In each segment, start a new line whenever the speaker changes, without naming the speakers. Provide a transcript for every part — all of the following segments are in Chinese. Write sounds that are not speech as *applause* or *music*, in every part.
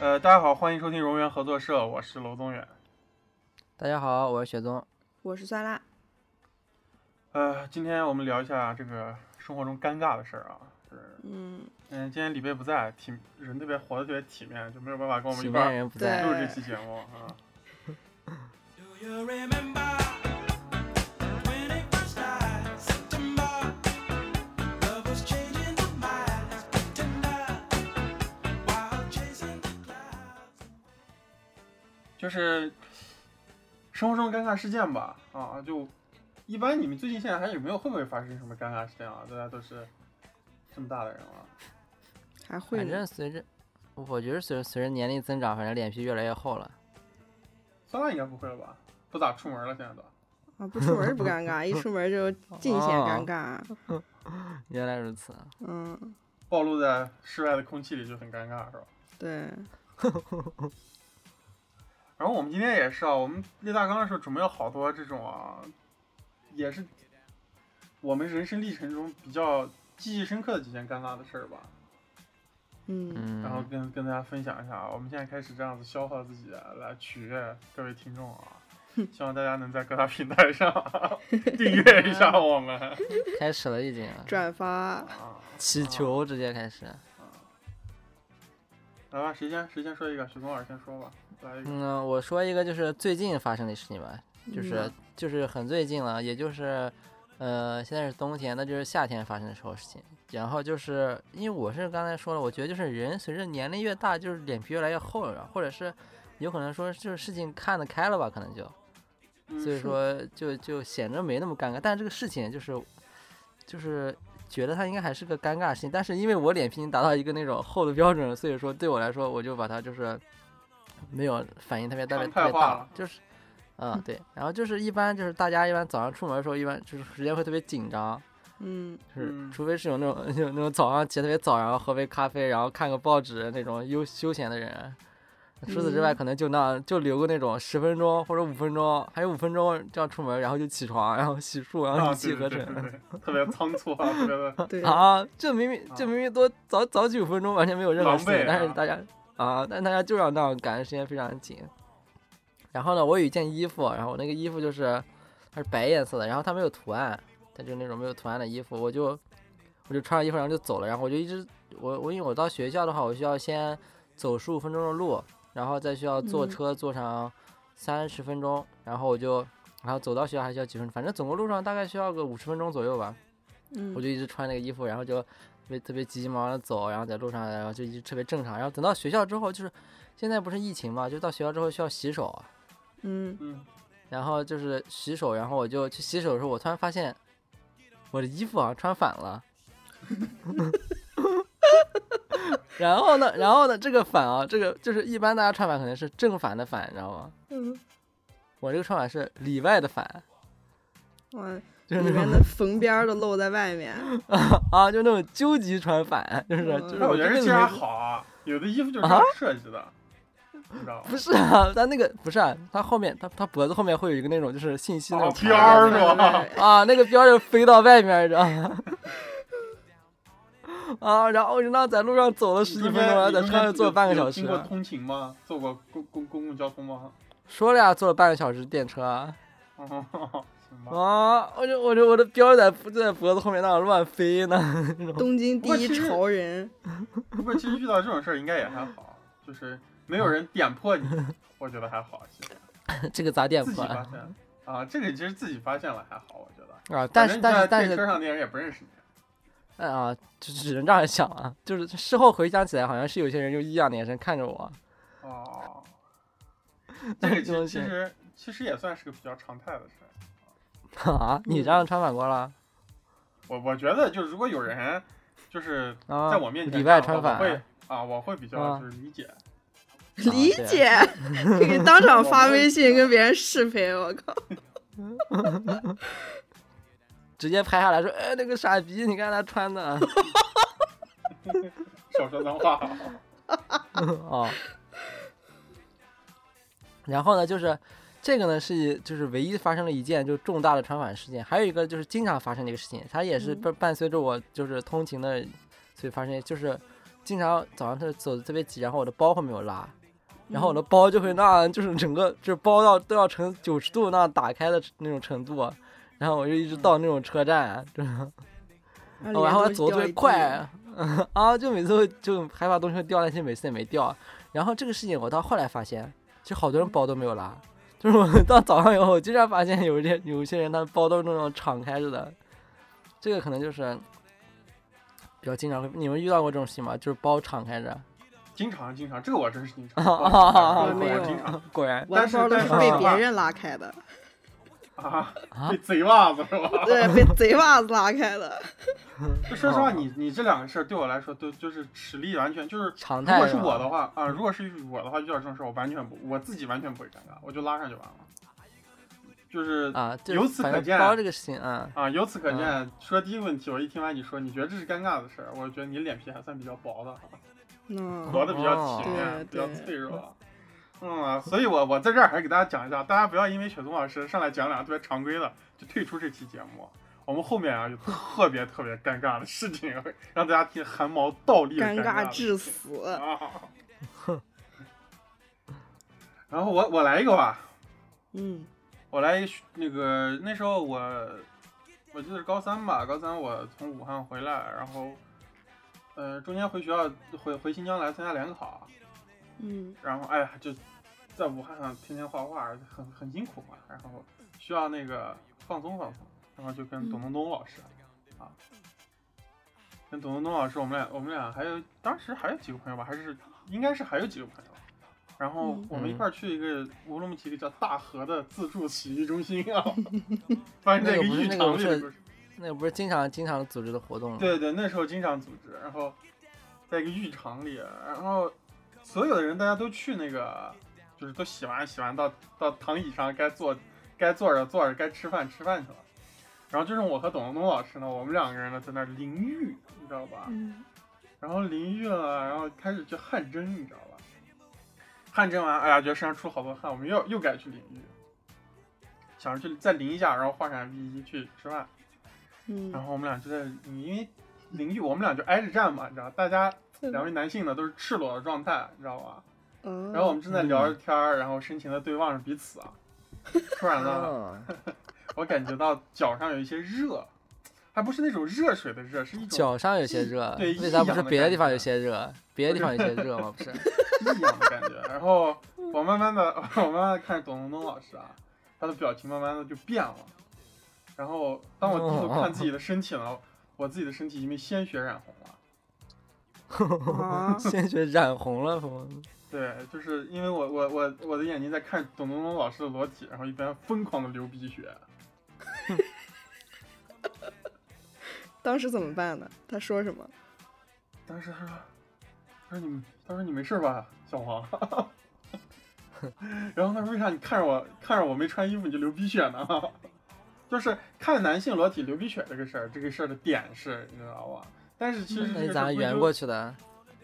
呃，大家好，欢迎收听荣源合作社，我是娄宗远。
大家好，我是雪宗。
我是酸辣，
呃，今天我们聊一下这个生活中尴尬的事儿啊，就是
嗯，
嗯，今天李贝不在，体人特别活得特别体面，就没有办法跟我们
体
一块
面
儿
人不在，
对
录这期节目啊。
Do you remember when it was night, September? Love was changing the minds, tender, while chasing the clouds.
就是生活中尴尬事件吧，啊，就一般你们最近现在还有没有会不会发生什么尴尬事件啊？大家都是这么大的人了，
还会
反正
呢，
随着，我觉得随着随着年龄增长，反正脸皮越来越厚了。
酸辣应该不会了吧？不咋出门了，现在都。
啊，不出门儿不
*laughs*
尴尬，一出门儿就
哦
尽显尴尬，
原来如此，
嗯，
暴露在室外的空气里就很尴尬，是吧？
对，
然后我们今天也是啊，我们列大纲的时候准备了好多这种啊，也是我们人生历程中比较记忆深刻的几件尴尬的事儿吧。
嗯，
嗯，
然后跟跟大家分享一下啊，我们现在开始这样子消化自己，啊来取悦各位听众啊。希望大家能在各大平台上
*laughs*
订阅一下我们
开始了已经啊，
转发，
啊！
祈求直接开始。
来吧，谁先谁先说一个？许光老师先说吧，来一个。
嗯，我说一个就是最近发生的事情吧，就是、
嗯
就是很最近了，也就是，呃，现在是冬天，那就是夏天发生的时候事情。然后就是因为我是刚才说了，我觉得就是人随着年龄越大，就是脸皮越来越厚了，或者是有可能说就是事情看得开了吧，可能就，所以
嗯，
说就就显得没那么尴尬。但是这个事情就是就是觉得它应该还是个尴尬的事情，但是因为我脸皮已经达到一个那种厚的标准了，所以说对我来说，我就把它就是没有反应特别特别
常态
特别
化
大
了，
就是。嗯，对，然后就是一般就是大家一般早上出门的时候，一般就是时间会特别紧张，
嗯，
就是
嗯
除非是有那种 *laughs* 有那种早上起得特别早，然后喝杯咖啡，然后看个报纸那种悠休闲的人。除此之外，
嗯
可能就那就留个那种十分钟或者五分钟，还有五分钟这样出门，然后就起床，然后洗漱，然后
啊，
一气
对
呵
对对
成
对，对，特别仓促啊，特别的
嗯对，
*laughs* 啊！这明明这
啊
明明多早早几五分钟，完全没有任何
狼
事
狈
情，但是
啊
大家啊，但大家就要那样赶，时间非常紧。然后呢，我有一件衣服，然后我那个衣服就是它是白颜色的，然后它没有图案，它就是那种没有图案的衣服，我就我就穿上衣服，然后就走了，然后我就一直我我因为我到学校的话，我需要先走十五分钟的路，然后再需要坐
嗯
车坐上三十分钟，然后我就然后走到学校还需要几分钟，反正总共路上大概需要个五十分钟左右吧。
嗯
我，就一直穿那个衣服，然后就特别特别急急忙忙的走，然后在路上，然后就一直特别正常。然后等到学校之后，就是现在不是疫情嘛，就到学校之后需要洗手，啊
嗯，
嗯，
然后就是洗手，然后我就去洗手的时候，我突然发现我的衣服好像穿反了。然后呢，然后呢，这个反啊，这个就是一般大家穿反可能是正反的反，你知道吗？
嗯，
我这个穿反是里外的反，
哇，
就是
里
那
面
种
的缝边儿都露在
*laughs*
外面，
啊，就那种究极穿反，就是
嗯
就是
那哎我觉得
这
这还好啊，有的衣服就是这样
啊
设计的，你知
*laughs*
道吗
不？是啊，他那个不是啊，他后面他他脖子后面会有一个那种就是信息那
哦
种
标
条
儿
子
是吧
对？
啊，那个标儿就飞到外面，你知道吗？
*laughs*
啊，然后我就那在路上走了十几分钟，然后在车上坐半个小时
经，
啊
过通勤吗？坐过公公公共交通吗？
说了呀，坐了半个小时电车啊，
哦，行
哦
吧。
我就我就我的标儿在就在脖子后面那乱飞呢，
*laughs*
*laughs*
东京
不
第
过
一
其实
潮
啊
人，
不过其实遇到这种事儿应该也还好，就是没有人点破
*laughs*
你，我觉得还好，其实
这个咋点
自己
破
发
啊？
现啊，这个其实自己发现了还好，我觉得。
啊，但是但是但
反正在
是
车上那人也不认识你，
哎啊，就只能这样想啊，就是事后回想起来，好像是有些人用异样的眼神看着我， *laughs*
哦，这个其实其实其实也算是个比较常态的事儿。
啊，你这样穿反光了
我我觉得就是如果有人就是
啊？
在我面前
里外
看我
穿反啊，
会啊，我会比较
啊
就是理解。
理
*laughs*
解，可以当场发微信跟别人视频，我靠，
直接拍下来说：“哎，那个傻逼，你看他穿的。啊
少说脏话。
*laughs* 哦。然后呢，就是这个呢是就是唯一发生了一件就重大的穿反事件，还有一个就是经常发生的一个事情，它也是
嗯
伴伴随着我就是通勤的，所以发生就是经常早上特走的特别急，然后我的包会没有拉，然后我的包就会那样，就是整个就是包到都要成九十度那样打开的那种程度，啊然后我就一直到那种车站，啊就是
然
哦然后
后
他走的特别快， *laughs* 啊，就每次会就害怕东西会掉，但是每次也没掉。然后这个事情我到后来发现，其实好多人包都没有拉，就是我到早上以后，我经常发现有一些有一些人他包都是那种敞开着的，这个可能就是比较经常会。你们遇到过这种事情吗？就是包敞开
*laughs*
着，
经常经常，这个我真是经常，
啊啊啊
我
没有
经常
果然
我的
但是
包都
但
是
是
被
啊
别人拉开
*laughs*
的，
啊，
啊
被贼袜子是
*laughs*
吧？
对，被贼袜子拉开的。
就说实话，
哦
你你这两个事儿对我来说都就是实力完全就是，
常
如
态
果
是
是
吧
我的话啊、如果是我的话遇到这种事儿，我完全不，我自己完全不会尴尬，我就拉上就完了。就是
啊，就
由
是
此
反
可
正
见
包这个事情啊，
啊，由此可见，说第一个问题，我一听完你说，你觉得这是尴尬的事儿，我觉得你脸皮还算比较薄的，
嗯，
*laughs*
薄的比较体面，
哦
比较
对
脆弱。嗯，所以我我在这儿还是给大家讲一下，大家不要因为雪松老师上来讲两个特别常规的，就退出这期节目。我们后面啊有
*laughs*
特别特别尴尬的事情，会让大家听汗毛倒立的
尴
尬
尬
的
致
事情
*laughs* 死。
啊！ *laughs* 然后我我来一个吧，
嗯
我来一个学那个那时候我我记得是高三吧，高三我从武汉回来，然后呃中间回学校回回新疆来参加联考，
嗯
然后哎呀就在武汉上天天画画，很很辛苦嘛，然后需要那个放松放松，然后就
嗯
跟董冬冬老师、啊，跟董冬冬老师我们俩我们俩还有当时还有几个朋友吧，还是应该是还有几个朋友。然后
嗯
我们一
嗯
块儿去一个乌鲁木齐一个叫大河的自助洗浴中心
*laughs*
啊，发现在一
那个不是
浴
那个
场
不
里
是
的故事。
那个不是经常经常组织的活动吗？
对对，那时候经常组织，然后在一个浴场里，啊然后所有的人大家都去那个，就是都洗完洗完到到躺椅上该坐该坐着坐着该吃饭吃饭去了。然后就是我和董东东老师呢，我们两个人呢在那儿淋浴，你知道吧？
嗯
然后淋浴了，然后开始去汗蒸，你知道吧？汗蒸完，哎呀，觉得身上出好多汗，我们又又该去淋浴，想着去再淋一下，然后换上浴衣去吃饭。然
嗯，
后我们俩就在因为淋浴，我们俩就挨着站嘛，你知道，大家
对
两位男性呢都是赤裸的状态，你知道吧？
然
然后我们正在聊着天儿，然后深情的对望着彼此啊。突然呢，
嗯，
我感觉到脚上有一些热，还不是那种热水的热，是一种
脚上有些热，
对
为啥
异样
不
的
是别的
感
地方
觉
有些热？别的地方有些热吗？
*laughs*
不是，
异样的感觉。然后我慢慢的， *laughs* 我慢慢的看着董东东老师啊，他的表情慢慢的就变了。然后当我低头看自己的身体呢，我自己的身体已经被鲜血染红了。
*laughs* 啊，
鲜血染红了吗？
对，就是因为我我我我的眼睛在看董东东老师的裸体，然后一边疯狂的流鼻血，
当时怎么办呢？他说什么？
当时他说，他说你，他说你没事吧，小黄？ *laughs* 然后他说为啥你看着我看着我没穿衣服你就流鼻血呢？ *laughs* 就是看男性裸体流鼻血这个事儿，这个事儿的点是，你知道吧？但是其实
那
这
你
个
咋
是
圆
归
过去的？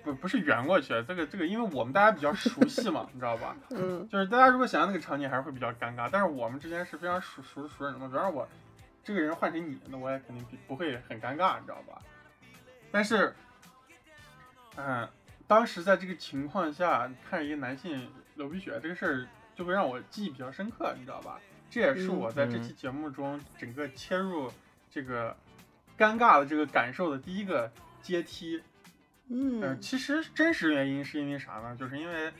不不是圆过去，这个这个，因为我们大家比较熟悉嘛，你知道吧？
嗯
就是大家如果想象那个场景，还是会比较尴尬。但是我们之间是非常熟熟熟人的嘛，比方说我这个人换成你，那我也肯定比不会很尴尬，你知道吧？但是，嗯、当时在这个情况下，看一个男性流鼻血这个事儿，就会让我记忆比较深刻，你知道吧？这也是
嗯
我在这期节目中整个切入这个尴尬的这个感受的第一个阶梯。呃，
嗯
其实真实原因是因为啥呢？就是因为，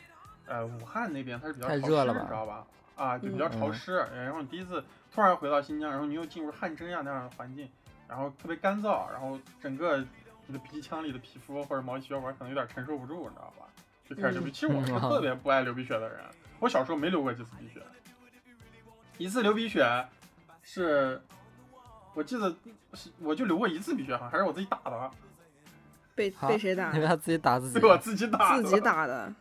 呃，武汉那边它是比较潮
太
湿，
热了吧
你知道吧？啊，就比
嗯
较潮
嗯
湿。然后你第一次突然回到新疆，然后你又进入汗蒸呀那样的环境，然后特别干燥，然后整个你的鼻腔里的皮肤或者毛细血管可能有点承受不住，你知道吧？就开始流鼻。其实我是个
嗯
特别不爱流鼻血的人，我小时候没流过几次鼻血，一次流鼻血是。我记得是我就流过一次鼻血，好像还是我自己打的，
嗯
*laughs*
被
好
被谁打
因为
的？
他自己打自己
被。我自己打的，
自己
*laughs*
打的。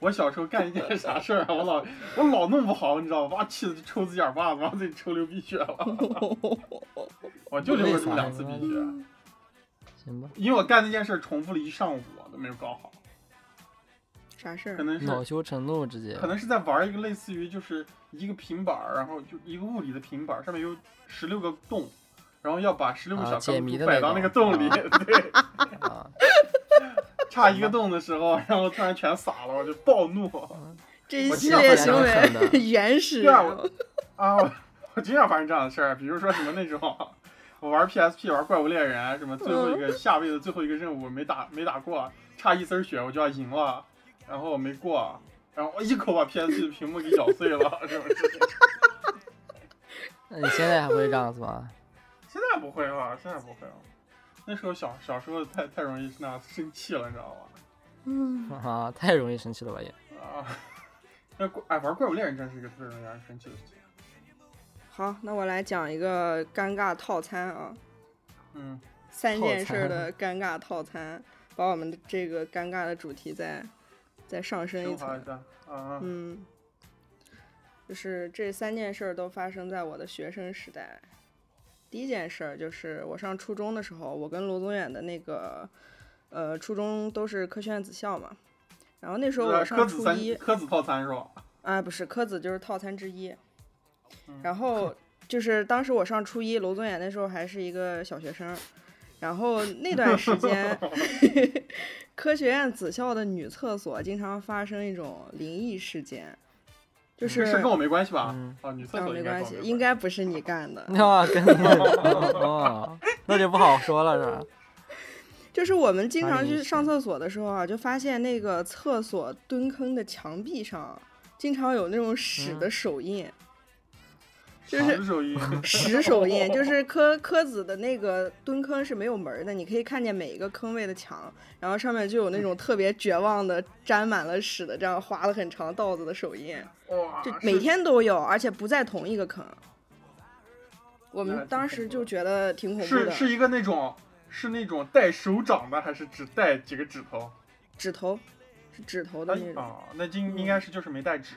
我小时候干一件啥事儿啊？我老我老弄不好，你知道吧？气得就抽自己耳巴子，然后自己抽流鼻血了。我就流过这么两次鼻血，
行吧，
因为我干那件事儿重复了一上午都没有搞好，
*laughs* 啥事
可
儿？
能是
恼羞成怒直接
可。能是在玩一个类似于就是一个平板儿，然后就一个物理的平板儿，上面有十六个洞，然后要把十六个
啊
小
解
钢
谜
珠
的
摆
那啊
到那个
种
洞里，
啊
对，
啊，
差
*laughs*
一个洞的时候，然后突然全洒了，我就暴怒
这一
我
系
经常发
列
现
行
这样的
为 *laughs* 原始
对啊
啊，
啊！我我经常发生这样的事儿，比如说什么那种，我玩 PSP 玩怪物猎人，啊什么最后一
嗯
个下位的最后一个任务我没打没打过，差一丝儿血我就要赢了，然后我没过，然后我一口把 PSP 的屏幕给咬碎了， *laughs* 这种事情。
那你现在还会这样子吗？
现在不会了，现在不会了。那时候小小时候太太容易那生气了，你知道吧？
嗯，
啊，太容易生气了吧也。
啊，那怪哎玩怪物猎人真是一个特别容易让人生气的事情。
好，那我来讲一个尴尬套餐啊，
嗯，
三
套
件事
餐
儿的尴尬套餐，把我们的这个尴尬的主题再再上升一
升
层
华。一下啊，
嗯，就是这三件事儿都发生在我的学生时代。第一件事儿就是我上初中的时候，我跟罗宗远的那个，呃，初中都是科学院子校嘛。然后那时候我
啊科
上
呃子
初
三
一，
科子套餐是吧？
啊，不是科子就是套餐之一
嗯。
然后就是当时我上初一，娄宗远那时候还是一个小学生，然后那段时
*laughs*
间，科学院子校的女厕所经常发生一种灵异事件，就
这
是
事跟嗯我没关系吧？
嗯，
啊，女厕
啊
所
没
应该
关
跟我
系，
没
应该不是你干
嗯
的，
那
*laughs*
啊跟哦，那就不好说了是吧？
就是我们经常
灵异
去
事
上
件
厕所的时候啊，就发现那个厕所蹲坑的墙壁上经常有那种屎
嗯
的手印。就是
长手
*laughs*
印，
石手印，就是科科子的那个蹲坑是没有门儿的，你可以看见每一个坑位的墙，然后上面就有那种特别绝望的沾满了屎的这样划了很长道子的手印，
哇，
就是每天都有，而且不在同一个坑。我
那
们
挺
当
恐
时
怖
就
的
觉得挺恐怖
是
的，
是一个那种是那种带手掌的，还是只带几个指头？
指头是指头的那
哎
种，
啊，那
嗯
应应该是就是没带纸，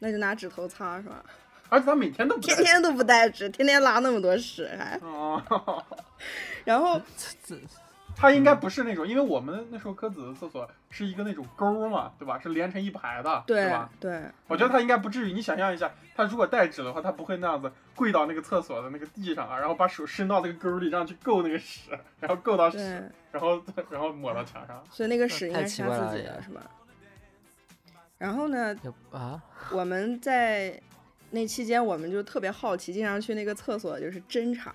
那就拿指头擦是吧？
而且他每天都不带
天
纸。
天都不带纸，天天拉那么多屎还，
啊，
然后
这
*laughs* 他应该不是那种，因为我们那时候科子的厕所是一个那种沟嘛，对吧？是连成一排的，
对
吧？
对，
我觉得他应该不至于。你想象一下，他如果带纸的话，他不会那样子跪到那个厕所的那个地上啊，然后把手伸到那个沟里，让去够那个屎，然后够到屎，
对，
然后然后抹到墙上。
所以那个屎应
太
该
奇
是
怪
他
了
自己
也
的是吧？然后呢，
也啊，
我们在那期间，我们就特别好奇，经常去那个厕所就是侦查。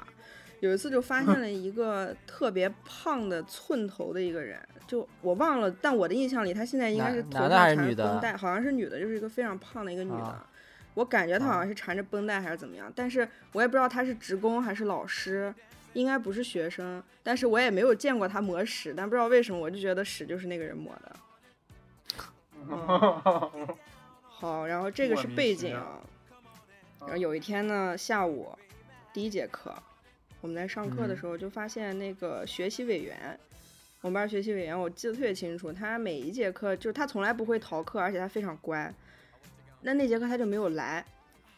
有一次就发现了一个特别胖的寸头的一个人，就我忘了，但我的印象里他现在应该是
男男
头上
的还是
缠
女
着
的
绷带，好像是女的，就是一个非常胖的一个女的。
啊
我感觉她好
啊
像是缠着绷带还是怎么样，但是我也不知道她是职工还是老师，应该不是学生。但是我也没有见过她抹屎，但不知道为什么我就觉得屎就是那个人抹的。嗯
*laughs*
好，然后这个
莫
是
名
背
其
景
妙
啊。然
啊
后有一天呢，下午第一节课，我们在上课的时候就发现那个学习委员，我们班学习委员我记得特别清楚，他每一节课就是他从来不会逃课，而且他非常乖。那那节课他就没有来，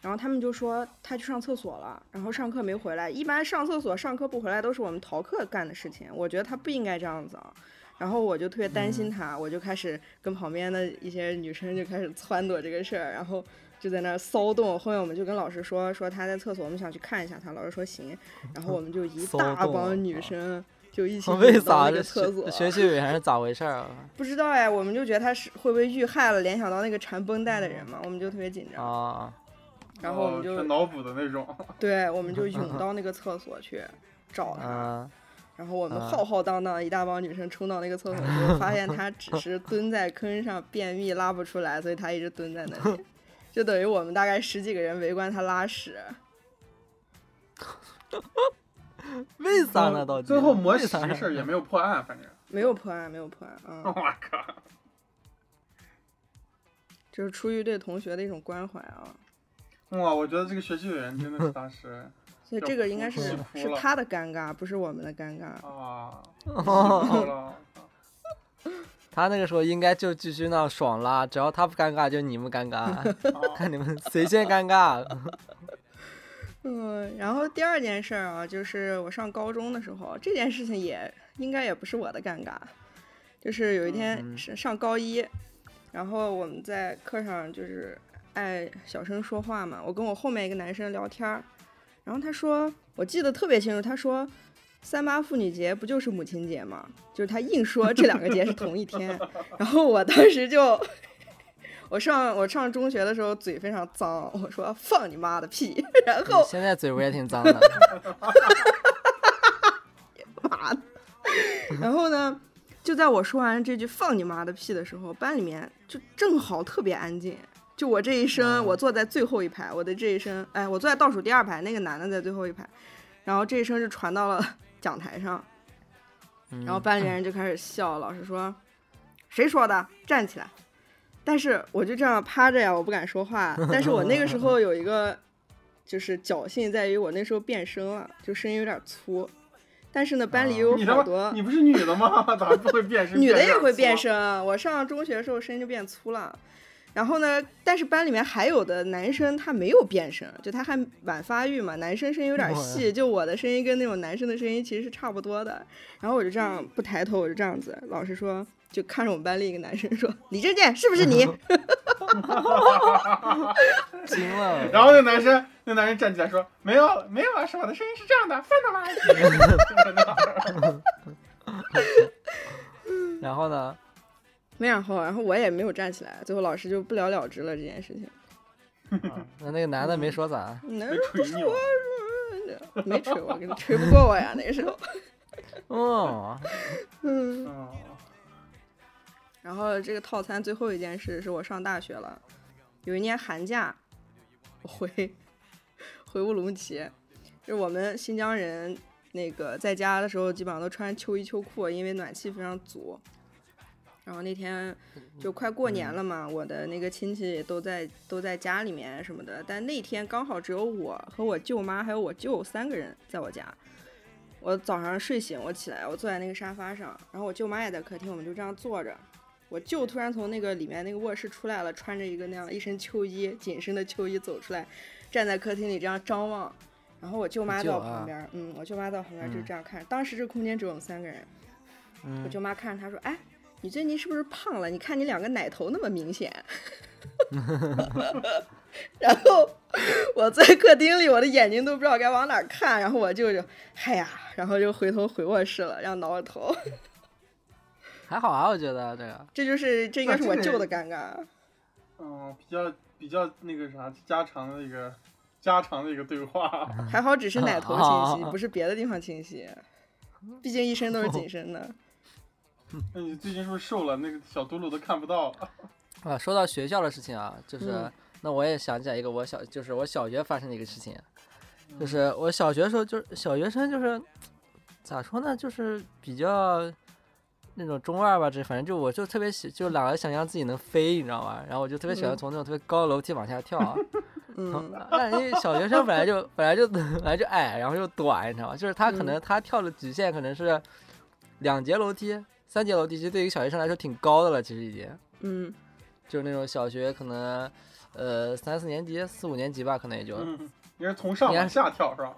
然后他们就说他去上厕所了，然后上课没回来。一般上厕所上课不回来都是我们逃课干的事情，我觉得他不应该这样子啊。然后我就特别担
嗯
心他，我就开始跟旁边的一些女生就开始撺掇这个事儿，然后就在那儿骚动。后面我们就跟老师说说他在厕所，我们想去看一下他。老师
*laughs*
说行，然后我们就一
骚
大
动啊
帮女生
*laughs*
就一起
为
挤到
啥
那个
这
厕
学
啊
所。
学习委员是咋回事儿啊？
不知道哎，我们就觉得他是会不会遇害了，联想到那个缠绷带的人嘛，我们就特别紧张。
啊，
*laughs*
然后我们
哦
就
是脑补的那种，
*laughs* 对，我们就涌到那个厕所去找他。
嗯，
然后我们
啊
浩浩荡荡一大帮女生冲到那个厕所之后，发现他只是蹲在坑上便秘拉不出来，所以他一直蹲在那里，就等于我们大概十几个人围观他拉屎。
为啥呢？到底
嗯
啊
最后磨屎
为啥
这
*laughs*
事儿也没有破案，
*laughs*
反正
没有破案，没有破案，
我
嗯，
靠，
就是出于对同学的一种关怀啊。
*laughs* 哇，我觉得这个学习委员真的是当时
所以这个应该是
要哭
是
了
他的尴尬，不是我们的尴尬。 *laughs*
啊，
哦
够了。
他那个时候应该就继续那样爽拉，只要他不尴尬，就你们尴尬，
啊
哦
看你们谁先尴尬。
嗯，然后第二件事儿啊，就是我上高中的时候，这件事情也应该也不是我的尴尬，就是有一天
嗯
是上高一，然后我们在课上就是爱小声说话嘛，我跟我后面一个男生聊天儿，然后他说，我记得特别清楚，他说，三八妇女节不就是母亲节吗？就是他硬说这两个节是同一天，然后我当时就，我上我上中学的时候嘴非常脏，我说放你妈的屁， *laughs* 然后
现在嘴我也挺脏的，
妈的。 *laughs* 然后呢，就在我说完这句“放你妈的屁”的时候，班里面就正好特别安静。就我这一声，我坐在最后一排，我的这一声，哎，我坐在倒数第二排，那个男的在最后一排，然后这一声就传到了 *laughs* 讲台上，
嗯
然后班里面人就开始笑，老师说：“谁说的？站起来！”但是我就这样趴着呀，我不敢说话。但是我那个时候有一个就是侥幸在于我那时候变声了，就声音有点粗。但是呢，班里
啊
又
你
有
他
好
妈
多、
你不是女的吗？ *laughs* 咋不会变身？
女的也会变
变声
声。我上中学的时候声音就变粗了，然后呢，但是班里面还有的男生他没有变声，就他还晚发育嘛，男生声音有点细，就我的声音跟那种男生的声音其实是差不多的。然后我就这
嗯
样不抬头，我就这样子，老师说。就看着我们班另一个男生说：“李正健是不是
*laughs*
你
惊了。
然后那男生，那男生站起来说：“没有，没有啊，是我的声音是这样的，放到吧。 *laughs* 就是那样
然后呢？？”
没然后，然后我也没有站起来，最后老师就不了了之了这件事情。
啊那那个男的没说咋？
男
没
生
锤你哦吗？
没吹我，你吹不过我呀，那个时候。
哦，
嗯。
*laughs* 嗯，
然后这个套餐最后一件事是我上大学了，有一年寒假，我回回乌鲁木齐，就是我们新疆人那个在家的时候基本上都穿秋衣秋裤，因为暖气非常足。然后那天就快过年了嘛，我的那个亲戚都在都在家里面什么的，但那天刚好只有我和我舅妈还有我舅三个人在我家。我早上睡醒，我起来，我坐在那个沙发上，然后我舅妈也在客厅，我们就这样坐着。我舅突然从那个里面那个卧室出来了，穿着一个那样一身秋衣紧身的秋衣走出来，站在客厅里这样张望。然后我舅
你
妈在
舅
我
啊
旁边，嗯，我舅妈在我旁边就
嗯
这样看。当时这个空间只有我们三个人，我
嗯，
舅妈看着他说：“哎，你最近是不是胖了？你看你两个奶头那么
*laughs*
明显。”然后我在客厅里，我的眼睛都不知道该往哪儿看，然后我舅舅，嗨呀，然后就回头回卧室了，然后挠着头。 *laughs*
还好啊，我觉得这啊个。啊
这就是这应该是我舅的尴尬。
嗯，比较比较那个啥，家常的一个家常的一个对
*laughs*
话。
还好只是奶头清
啊
晰，不是别的地方清晰。毕竟一身都是紧
*laughs*
身的。
那你最近是不是瘦了？那个小嘟噜都看不到了。
啊，说到学校的事情啊，就是、
嗯
那我也想起来一个我小，就是我小学发生的一个事情，
嗯
就是我小学时候就是小学生就是咋说呢，就是比较那种中二吧，这反正就我就特别喜，就懒得想象自己能飞，你知道吗？然后我就特别喜欢
嗯
从那种特别高的楼梯往下跳啊。 *laughs* 啊
嗯
那人家小学生本来就本来就本来就矮，然后又短，你知道吗？就是他可
嗯
能他跳的极限可能是两节楼梯、三节楼梯，其实对于一个小学生来说挺高的了，其实已经。
嗯。
就是那种小学可能，呃，三四年级、四五年级吧，可能也就，
嗯，你是从上往下跳是吧？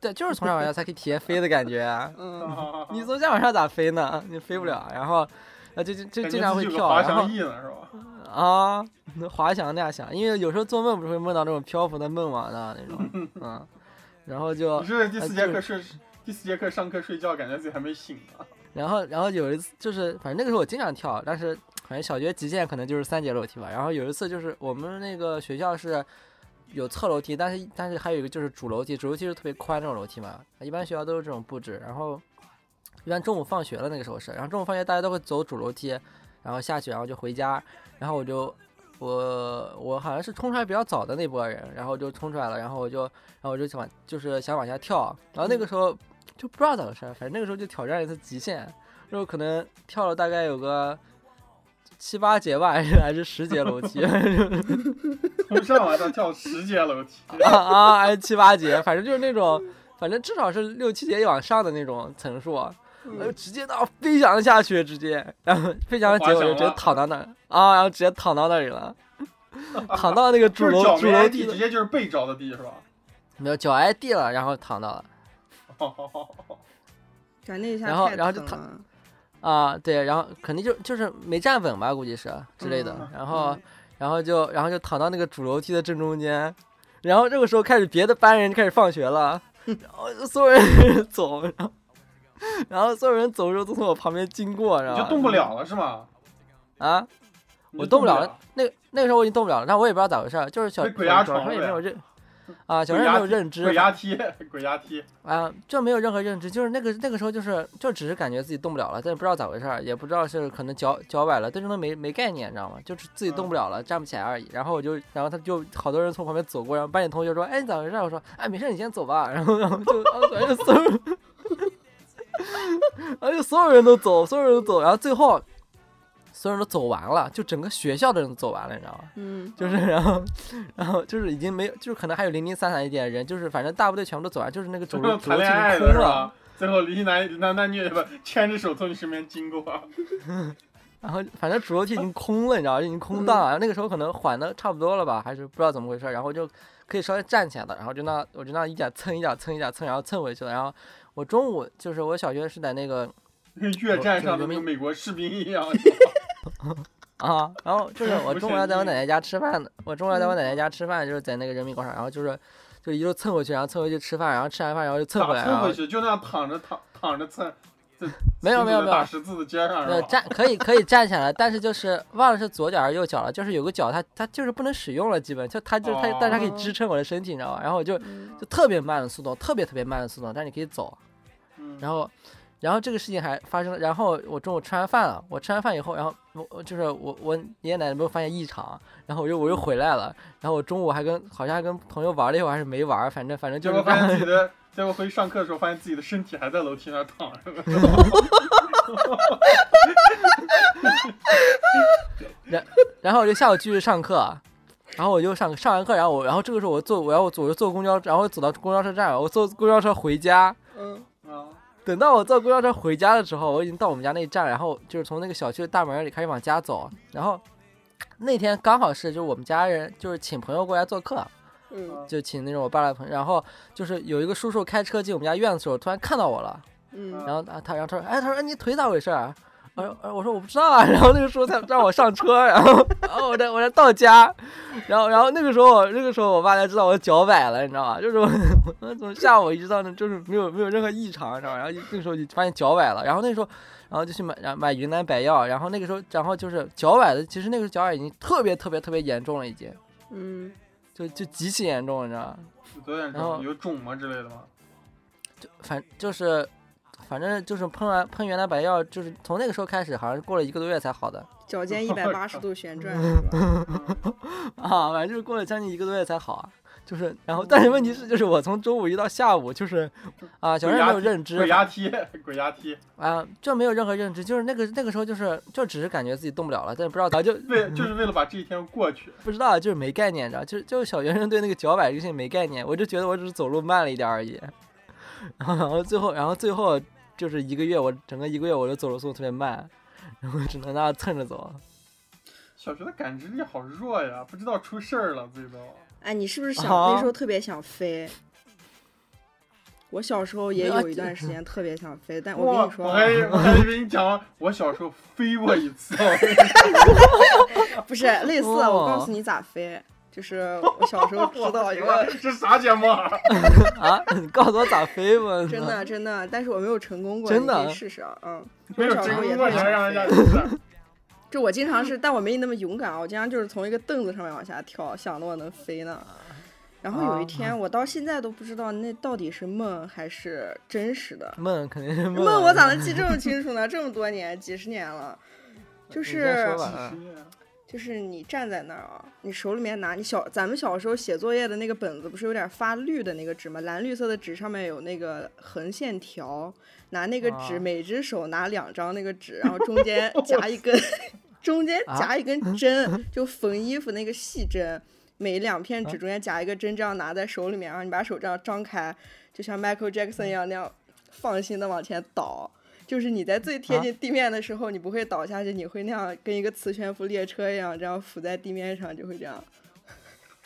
对，就是从上往下才可以体验飞的感觉啊
*laughs*
嗯
啊
*laughs* 你从下往上咋飞呢？ *laughs* 你飞不了。然后，啊，就就就
感
经
觉
常
自
会
己有个
跳，
滑
然后
翔翼呢是吧？
啊，那滑翔那样想，因为有时候做梦不是会梦到这种漂浮的梦嘛，那那
*laughs*
种，嗯，然后就
你是第四
啊
节
就
课睡，第四节课上课睡觉，感觉自己还没醒呢。
然后，然后有一次就是，反正那个时候我经常跳，但是反正小学极限可能就是三节楼梯吧。然后有一次就是我们那个学校是有侧楼梯，但是但是还有一个就是主楼梯，主楼梯是特别宽那种楼梯嘛，一般学校都是这种布置。然后一般中午放学了那个时候是，然后中午放学大家都会走主楼梯，然后下去，然后就回家，然后我就。我我好像是冲出来比较早的那波人，然后就冲出来了，然后我就，然后我就想往就是想往下跳，然后那个时候就不知道咋回事儿，反正那个时候就挑战一次极限，就可能跳了大概有个七八节吧， *laughs* 还是还是十节楼梯
从上往下跳十节楼梯，
啊啊，还是七八节，反正就是那种，反正至少是六七节往上的那种层数，啊然后
嗯
直接到飞翔下去，直接，然后飞翔的结果就直接躺到那儿啊，然后直接躺到那里了，躺到那个
*laughs*
主
就是脚
楼主
没
楼
挨
梯
地，
的
直，接就是背着的地是吧？ *laughs*
没有脚挨地了，然后躺到了。
感觉那一下
然后
太
然后就
疼
躺
了
啊，对，然后肯定就就是没站稳吧，估计是之类的
嗯，
然后
嗯，
然后就然后就躺到那个主楼梯的正中间，然后这个时候开始别的班人就开始放学了，然后所有人 *laughs* 走，然后然后所有人走的时候都从我旁边经过，然
你
后
就动不了了是吗？
啊，
你
我
就动
动不了了。那个那个时候我已经动不了了，但我也不知道咋回事儿，就是小
被
小
鬼压
小时
床
候也
了
没有
呀
认啊，小时
鬼
候也没
压
有认知，
鬼压梯，鬼压梯，
啊，就没有任何认知，就是那个那个时候就是就只是感觉自己动不了了，但也不知道咋回事儿，也不知道是可能脚脚崴了，对这东西没没概念，你知道吗？就是自己动不了了，站不起来而已。然后我就，然后他就好多人从旁边走过，然后班里同学说：“哎，你咋回事儿？”我说：“哎，没事儿，你先走吧。” *laughs* 然后然后就，然后反正所有人，然后就所有人都走，所有人都走，然后最后所有人都走完了，就整个学校的人都走完了，你知道吗？
嗯，
就是然后，然后就是已经没有，就是可能还有零零散散一点人，就是反正大部队全部都走完，就是那个
*laughs* 就
走
是谈
楼走楼
恋
梯
爱
空
的是
了，
吧？最后离男男男女不牵着手从你身边经过，啊
然后反正主楼梯已经空了，你知道，已经空荡了。然后那个时候可能缓的差不多了吧，还是不知道怎么回事，然后就可以稍微站起来的，然后就那我就那一点蹭一点蹭一点蹭，然后蹭回去了。然后我中午就是我小学是在那个
跟越战上的那
我这
个
个
美国士兵一
*laughs*
样，
啊，然后就是我
不
中午
是
要在我
你
奶奶家吃饭的，我中午要在我
嗯
奶奶家吃饭，就是在那个人民广场，然后就是就一路蹭回去，然后蹭回去吃饭，然后吃完饭然后就蹭
咋
回来，
蹭
然后
回去？就那样躺着躺躺着蹭，
啊没有没有没有
打，十字的街上
呃
是，吧？
站可以可以站起来了，但是就是忘了是左脚还是右脚了，就是有个脚它它就是不能使用了，基本就它就是
哦
它，但是它可以支撑我的身体，你知道吗？然后我就
嗯
就特别慢的速度，特别特别慢的速度，但是你可以走。
嗯
然后然后这个事情还发生了，然后我中午吃完饭了，我吃完饭以后，然后我我就是我我爷爷奶奶没有发现异常，然后我又我又回来了，然后我中午还跟好像还跟朋友玩了一会儿，还是没玩儿，反正反正
*laughs* 结
就
果
是
发现自己的，结果回去上课的时候，发现自己的身体还在楼梯那儿躺着呢。
然后我就下午继续上课，然后我就上上完课，然后我然后这个时候我坐我要我坐我就坐公交，然后走到公交车站，我坐公交车回家。
嗯
啊，
等到我坐公交车回家的时候，我已经到我们家那一站，然后就是从那个小区的大门里开始往家走。然后那天刚好是就是我们家人就是请朋友过来做客，
嗯
就请那种我爸的朋友，然后就是有一个叔叔开车进我们家院子的时候，突然看到我了。
嗯
然后他他然后他说，哎，他说哎你腿咋回事儿？我说呃我说我不知道啊， *laughs* 然后那个时候他让我上车，然后然后我才我才到家，然后然后那个时候那个时候我爸才知道我脚崴了，你知道吗？就是我 *laughs* 我从下午一直到那就是没有没有任何异常，你知道吗？然后就那个时候就发现脚崴了，然后那时候然后就去买然后买云南白药，然后那个时候然后就是脚崴的，其实那个时候脚崴已经特别特别特别严重了，已经
嗯
就就极其严重，你知道吗？
有点
然后
肿，有肿吗之类的吗？
反就是，反正就是喷完喷原来白药，就是从那个时候开始，好像是过了一个多月才好的 *laughs*
脚尖一百八十度旋转是吧？
啊，反正就是过了将近一个多月才好啊。就是，然后但是问题是，就是我从周五一到下午，就是啊，小时候没有认知
鬼压梯，鬼压梯，
啊，就没有任何认知，就是那个那个时候就是就只是感觉自己动不了了，但是不知道咋就
为就是为了把这一天过去。
不知道就是没概念，你知道，就是就是小学生对那个脚崴这个事情没概念，我就觉得我只是走路慢了一点而已。 *laughs* 然后，然后最后，然后最后就是一个月，我整个一个月我就走路速度特别慢，然后只能那样蹭着走。
小学的感知力好弱呀，不知道出事儿了，最都。
哎，你是不是想
啊
那时候特别想飞？我小时候也
啊
有一
这
段时间特别想飞，但我
哇
跟你说
我
啊， *laughs*
还以为我还以为你讲我小时候飞过一次，
*laughs*
不是类似，啊
哦
我告诉你咋飞，就是我小时候知
*laughs*
道一个，
*laughs* 这啥节目
*laughs*
啊？
啊， *laughs* 你告诉我咋飞吧？*laughs*
真的真的，但是我没有成功过，
真
你
的
可以试试啊，嗯，
没有
小时
成
候
功
也
过
特
还让人
别
家
想
出
飞。
事儿。
就我经
*laughs*
常是，但我没你那么勇敢啊，我经常就是从一个凳子上面往下跳，想着我能飞呢。
啊
然后有一天，我到现在都不知道那到底是梦还是真实的。
梦肯定是 *laughs* 梦啊。
梦我咋能记
*laughs*
这么清楚呢？这么多年，几十年了，就
呃你再
是
说吧
*laughs* 就是你站在那儿啊，你手里面拿你小咱们小时候写作业的那个本子，不是有点发绿的那个纸吗？蓝绿色的纸上面有那个横线条，拿那个纸，
啊
每只手拿两张那个纸，然后中间夹一根， *laughs* 中间夹一根针，就缝衣服那个细针，每两片纸中间夹一个针，这样拿在手里面，然后你把手这样张开，就像 Michael Jackson 一样那样放心的往前倒。就是你在最贴
啊
近地面的时候，你不会倒下去，你会那样跟一个磁悬浮列车一样，这样浮在地面上，就会这样。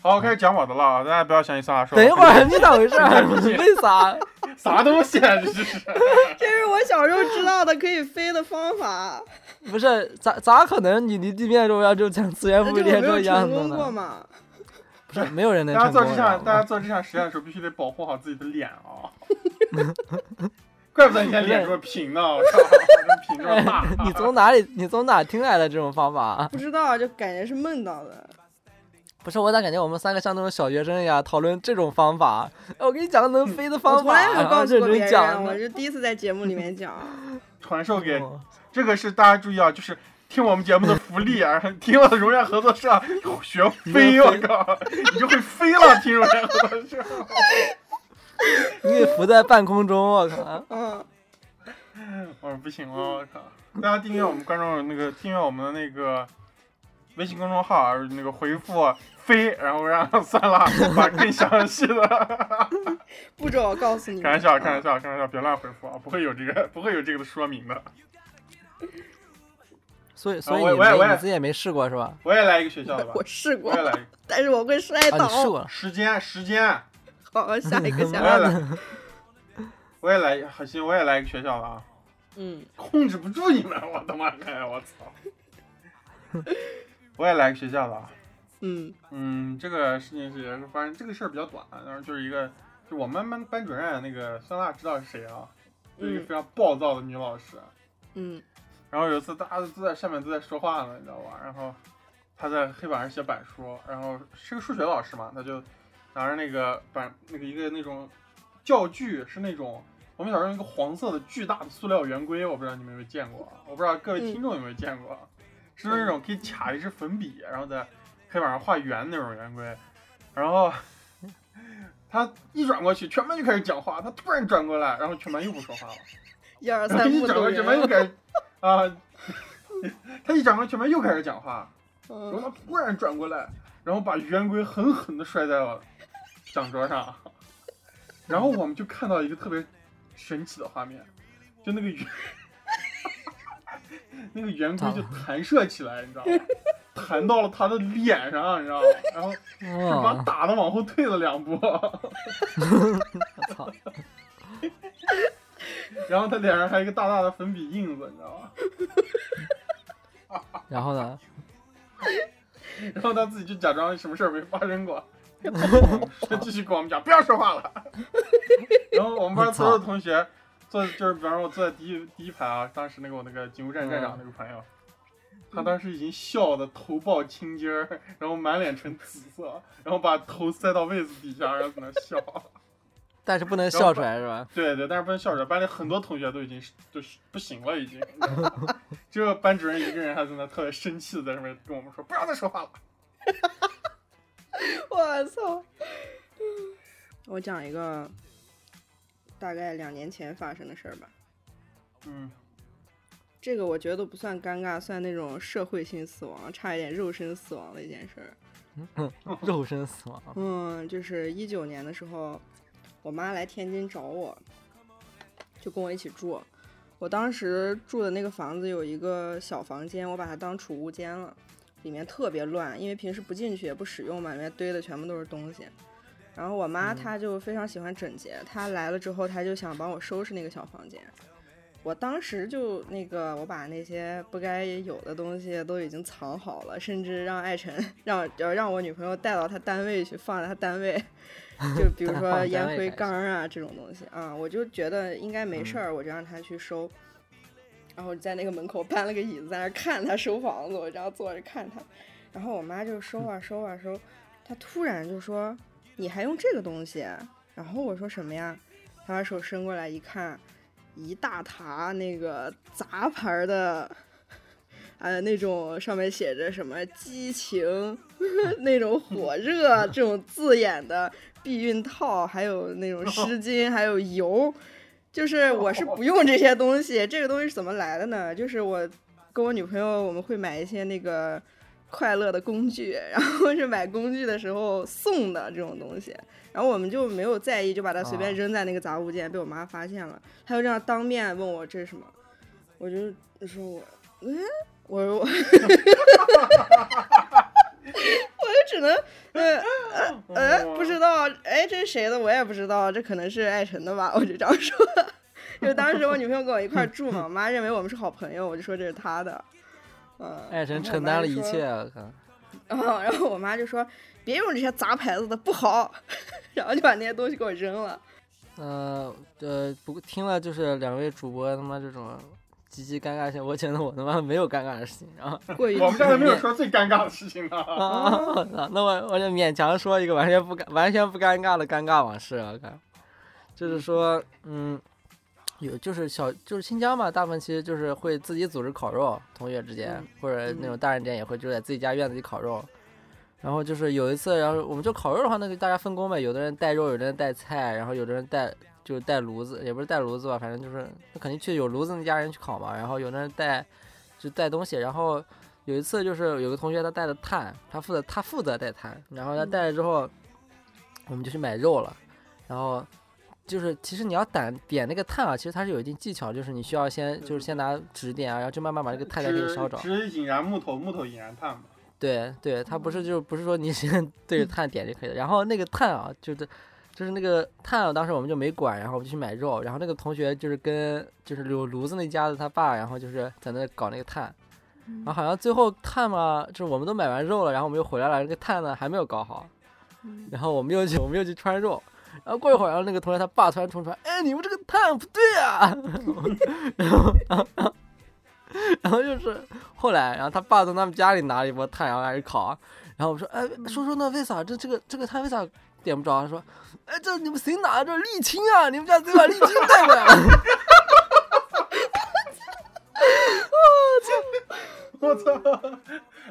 好，开始讲我的了啊，大家不要相信萨拉说。
等一会儿，你咋回事儿？ *laughs*
你
为啥？
啥东西啊？这是
这是我小时候知道的可以飞的
*laughs*
方法，
不是咋咋可能你离地面中央就像资源
但
负
是
列
我没
车
有
一样
成
的
功过
呢？
嘛。
不是，没有人能
大家
成功
做
的。。
这项大家做这项实验的时候，必须得保护好自己的脸啊、哦怪不得你现在脸这么平呢，我操，这么平这么大
*laughs* *laughs* 你从哪里？你从哪听来的这种方法？啊
不知道，就感觉是梦到的。
不是，我咋感觉我们三个像那种小学生一样讨论这种方法？哎我跟你讲个能飞的
我
方
从
法，
来没有
然后
告诉
认
过别
真
人，
讲
我
的。
是第一次在节目里面讲。
*laughs*
*laughs*
传授给
哦
这个是大家注意啊，就是听我们节目的福利啊，听了荣耀合作社啊学飞，我靠，你就会飞了，听荣耀合作社。
你给浮在半空中，我靠！
嗯，
我哦说不行了，我靠！大家订阅我们观众那个订阅我们的那个微信公众号啊，那个回复飞，然后让算了，把更详细的。
步骤我告诉你们。
开玩笑，开玩笑，开玩笑，别乱回复啊，不会有这个， *laughs* 不会有这个的说明的。
所以，所
啊
以
我也
你
我也我
没
也
你自己也没试过是吧？
我也来一个学校的吧
*laughs* 我，啊试过
我，也来一个。
但是我会摔
啊，
倒。
你试过
*laughs*
了。
时间，时间，啊
好，下
*laughs*
一个，
我也
下一个。
来，我也来，好行，我也来一个学校了啊。
嗯，
控制不住你们， *laughs* 我他妈的，我
*laughs*
操！我也来个学校了啊。
嗯
嗯，这个事情是也是发生，这个事儿比较短，然后就是一个，就我们班班主任啊那个酸辣知道是谁啊，就是一个
嗯
非常暴躁的女老师。啊
嗯
然后有一次大家都在下面都在说话呢，你知道吧？然后他在黑板上写板书，然后是个数学老师嘛，他就拿着那个板那个一个那种教具，是那种我们小时候用一个黄色的巨大的塑料圆规，我不知道你们有没有见过，啊我不知道各位
嗯
听众有没有见过，啊是那种可以卡一支粉笔，然后在黑板上画圆那种圆规，然后。他一转过去，全班就开始讲话。他突然转过来，然后全班又不说话了。
一二
然后
三
啊一
步
转
走
过去，门又
人。 *laughs*
开始啊，他一转过去，门又开始讲话，然后
嗯
他突然转过来，然后把圆规狠狠的摔在了讲桌上，然后我们就看到一个特别神奇的画面，就那个圆， *laughs* 那个圆规就弹射起来，你知道吗？弹到了他的脸上，你知道吗？然后就把他
嗯，
打的往后退了两步，
我操！
然后他脸上还有一个大大的粉笔印子，你知道吗？
嗯然后呢？
然后他自己就假装什么事儿没发生
*laughs*
过，他继续跟我们讲不要说话了。 *laughs* 然后我们班所有的同学坐，就是比方说我坐在第一第一排啊，当时那个我那个警务
嗯
站站长那个朋友，他当时已经笑得头抱青筋儿，然后满脸呈紫色，然后把头塞到位子底下，然后在那笑。
但是不能笑出来是吧？
对对，但是不能笑着，班里很多同学都已经是就是不行了，已经，你知道吗只有班主任一个人还在那特别生气的在上面跟我们说不要再说话了。
我操！ *sighs* 我讲一个大概两年前发生的事儿吧。
嗯，
这个我觉得都不算尴尬，算那种社会性死亡，差一点肉身死亡的一件事儿。
肉身死亡。
嗯，就是一九年的时候，我妈来天津找我，就跟我一起住。我当时住的那个房子有一个小房间，我把它当储物间了，里面特别乱，因为平时不进去也不使用嘛，里面堆的全部都是东西。然后我妈她就非常喜欢整洁，她来了之后，她就想帮我收拾那个小房间。我当时就那个，我把那些不该有的东西都已经藏好了，甚至让艾晨让呃让我女朋友带到她单位去，放在她单位， *laughs* 就比如
放在
说
单
烟
位开
灰
始
缸啊这种东西啊，我就觉得应该没事儿，我就让她去收。然后在那个门口搬了个椅子，在那儿看她收房子，我这样坐着看她。然后我妈就收啊收啊收，她突然就说：“你还用这个东西？”啊然后我说：“什么呀？”她把手伸过来一看，一大沓那个杂牌儿的，呃，那种上面写着什么激情、 *laughs* 那种火热这种字眼的避孕套，还有那种湿巾，还有油。就是我是不用这些东西，这个东西是怎么来的呢？就是我跟我女朋友我们会买一些那个快乐的工具，然后是买工具的时候送的这种东西，然后我们就没有在意，就把它随便
啊
扔在那个杂物间，被我妈发现了，她就这样当面问我这是什么，我就说我，嗯，我说我， *laughs* 我就只能，呃
哦
呃，不知道，哎，这是谁的？我也不知道，这可能是艾辰的吧，我就这样说。就当时我女朋友跟我一块儿住嘛，我妈认为我们是好朋友，我就说这是她
*laughs*
的。嗯，
爱神
然后我
哎承
妈
担
就
了一
说
切，我靠！
然后，哦然后我 *laughs* 妈就说：“别用这些杂牌子的，不好。”然后就把那些东西给我扔了。
呃呃，不过听了就是两位主播他妈这种极其尴尬性，我觉得我他妈没有尴尬的事情，然后
过于
我们刚才没有说最尴尬的事情
啊
啊，
哦
啊，我操，那我我就勉强说一个完全不尴完全不尴尬的尴尬往事啊，我看，就是说，嗯，有就是小就是新疆嘛，大部分其实就是会自己组织烤肉，同学之间、
嗯
或者那种
嗯
大人之间也会就在自己家院子里烤肉。然后就是有一次，然后我们就烤肉的话，那个大家分工呗，有的人带肉，有的人带菜，然后有的人带就带炉子，也不是带炉子吧，反正就是那肯定去有炉子那家人去烤嘛。然后有的人带就带东西，然后有一次就是有个同学他带的炭，他负责他负责带炭，然后他
嗯
带了之后，我们就去买肉了，然后就是其实你要点点那个炭啊，其实它是有一定技巧，就是你需要先就是先拿纸点啊，然后就慢慢把这个炭再给你烧着
只。只引燃木头，木头引燃炭嘛。
对对，它不是就不是说你先 *laughs* 对着炭点就可以了。然后那个炭啊，就是就是那个炭啊，当时我们就没管，然后我们就去买肉。然后那个同学就是跟就是有炉子那家的他爸，然后就是在那搞那个炭。然后好像最后炭嘛，就是我们都买完肉了，然后我们又回来了，那个炭呢还没有搞好，
嗯
然后我们又去我们又去穿肉。然后过一会儿，然后那个同学他爸突然冲出来，哎，你们这个炭不对啊！ *laughs* 然后，然后，然后就是后来，然后他爸从他们家里拿了一波炭，然后开始烤。然
*laughs*
后我说，哎，
嗯
说说那为啥这这个这个炭为啥点不着啊？他说，哎，这你们谁拿这沥青啊？你们家谁把沥青带过来 *laughs* 了？
我操！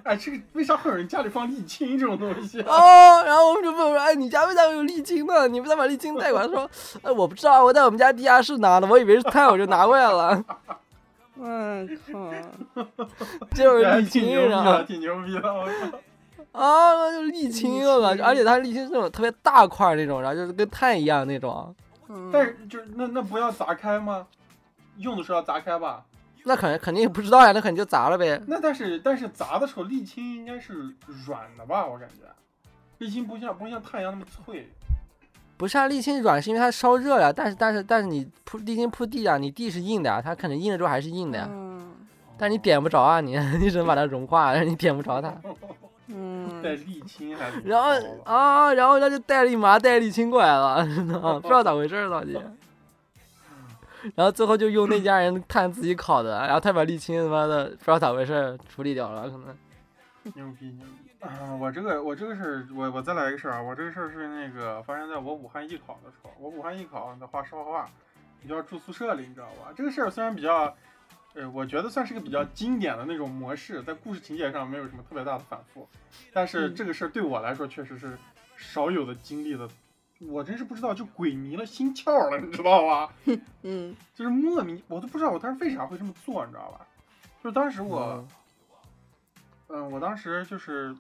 哎，这个为啥会有人家里放沥青这种东西啊？
哦，然后我们就问我说：“哎，你家为啥有沥青呢？你为啥把沥青带过来？”他说：“哎，我不知道，我在我们家地下室拿的，我以为是炭，我就拿过来
*laughs*
了，
我哎靠，
结果是
还
沥
挺牛逼
青啊然后
的，挺牛逼的！我操！
啊，那就是沥青，我感觉，
青
而且它沥青是那种特别大块儿那种，然后就是跟炭一样那种，
嗯
但是就是那那不要砸开吗？用的时候要砸开吧？
那肯肯定不知道呀，那肯定就砸了呗。
那但是但是砸的时候沥青应该是软的吧？我感觉沥青不像不像太阳那么脆。
不是啊，沥青软是因为它烧热了，但是但是但是你铺沥青铺地啊，你地是硬的啊，它肯定硬了之后还是硬的呀，
嗯
但
哦
是你点不着啊，你 *laughs* 你只能把它融化，但是你点不着它。”
带
嗯，
沥青还是哦
然后
嗯
啊，然后他就带了一麻带沥青过来了， *laughs* 真的嗯不知道咋回事
*laughs*
儿到底。
嗯
然后最后就用那家人炭自己烤的，然后他把沥青他妈的不知道咋回事儿处理掉了，可能。
牛逼牛逼！啊，我这个我这个事儿，我我再来一个事儿啊，我这个事儿是那个发生在我武汉艺考的时候，我武汉艺考的话是画画，你就要住宿舍里，你知道吧？这个事儿虽然比较，呃，我觉得算是个比较经典的那种模式，在故事情节上没有什么特别大的反复，但是
嗯
这个事儿对我来说确实是少有的经历的，我真是不知道就鬼迷了心窍了，你知道吧？
嗯
就是莫名我都不知道我当时为啥会这么做，你知道吧？就是当时我。嗯，我当时就是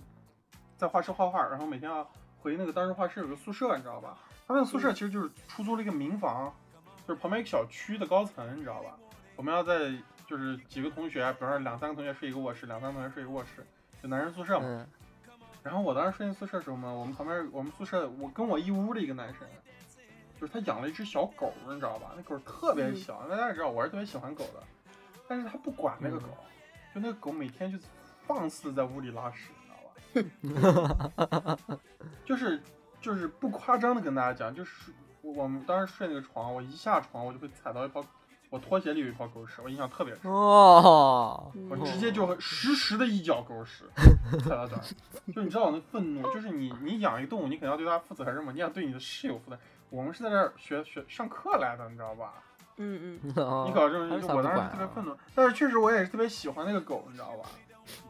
在画室画画，然后每天要回那个当时画室有个宿舍，你知道吧？他那个宿舍其实就是出租了一个民房，就是旁边一个小区的高层，你知道吧？我们要在就是几个同学，比方说两三个同学睡一个卧室，两三个同学睡一个卧室，就男生宿舍嘛。
嗯
然后我当时睡进宿舍的时候呢，我们旁边我们宿舍我跟我一屋的一个男生，就是他养了一只小狗，你知道吧？那狗特别小，那大家也知道我是特别喜欢狗的，但是他不管那个狗，就那个狗每天就放肆在屋里拉屎，你知道吧？就是就是不夸张的跟大家讲，就是我我们当时睡那个床，我一下床我就会踩到一泡，我拖鞋里有一泡狗屎，我印象特别深。
哦，
我
嗯
直接就实时的一脚狗屎
*laughs*
踩到脚，就你知道我那愤怒，就是你你养一个动物，你肯定要对它负责任嘛，你要对你的室友负责。我们是在这儿学学上课来的，你知道吧？
嗯
你
你
*laughs*
搞这
哦还
种，
是
就
咋
我
不
当时
管
特别
啊
愤怒，但是确实我也是特别喜欢那个狗，你知道吧？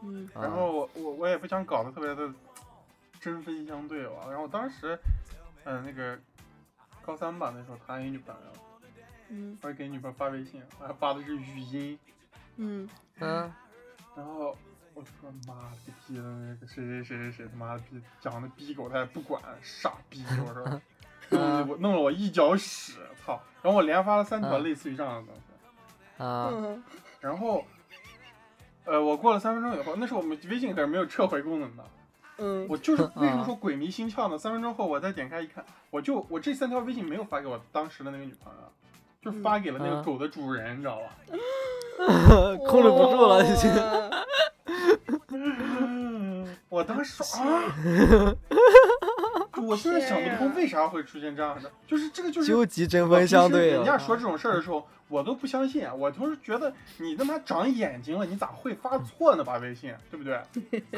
嗯
然后我我我也不想搞得特别的针锋相对吧。然后当时，嗯、那个高三吧，那时候谈一女朋友，
嗯
我还给女朋友发微信，我还发的是语音，
嗯
嗯，
然后我就说妈了个逼的那个谁谁谁谁谁他妈的逼讲的逼狗他也不管，傻逼！我
*laughs*
说，
嗯
我弄了我一脚屎，操！然后我连发了三条
嗯
类似于这样的东西，
啊
嗯
然后，呃，我过了三分钟以后，那时候我们微信可是没有撤回功能的，
嗯，
我
*laughs*
就是为什么说鬼迷心窍呢？三分钟后我再点开一看，我就我这三条微信没有发给我当时的那个女朋友，就发给了那个
嗯
狗的主人，你知道吧？
控制不住了已经。
哇
嗯
*laughs*
我当时啊，我我现在想不
天
通
呀
为啥会出现这样的，就是这个就是
究极针
我
锋
平
相
时
对
人家
了。啊
说这种事儿的时候，我都不相信。啊我同时觉得你他妈长眼睛了，你咋会发错呢？把微信，对不对？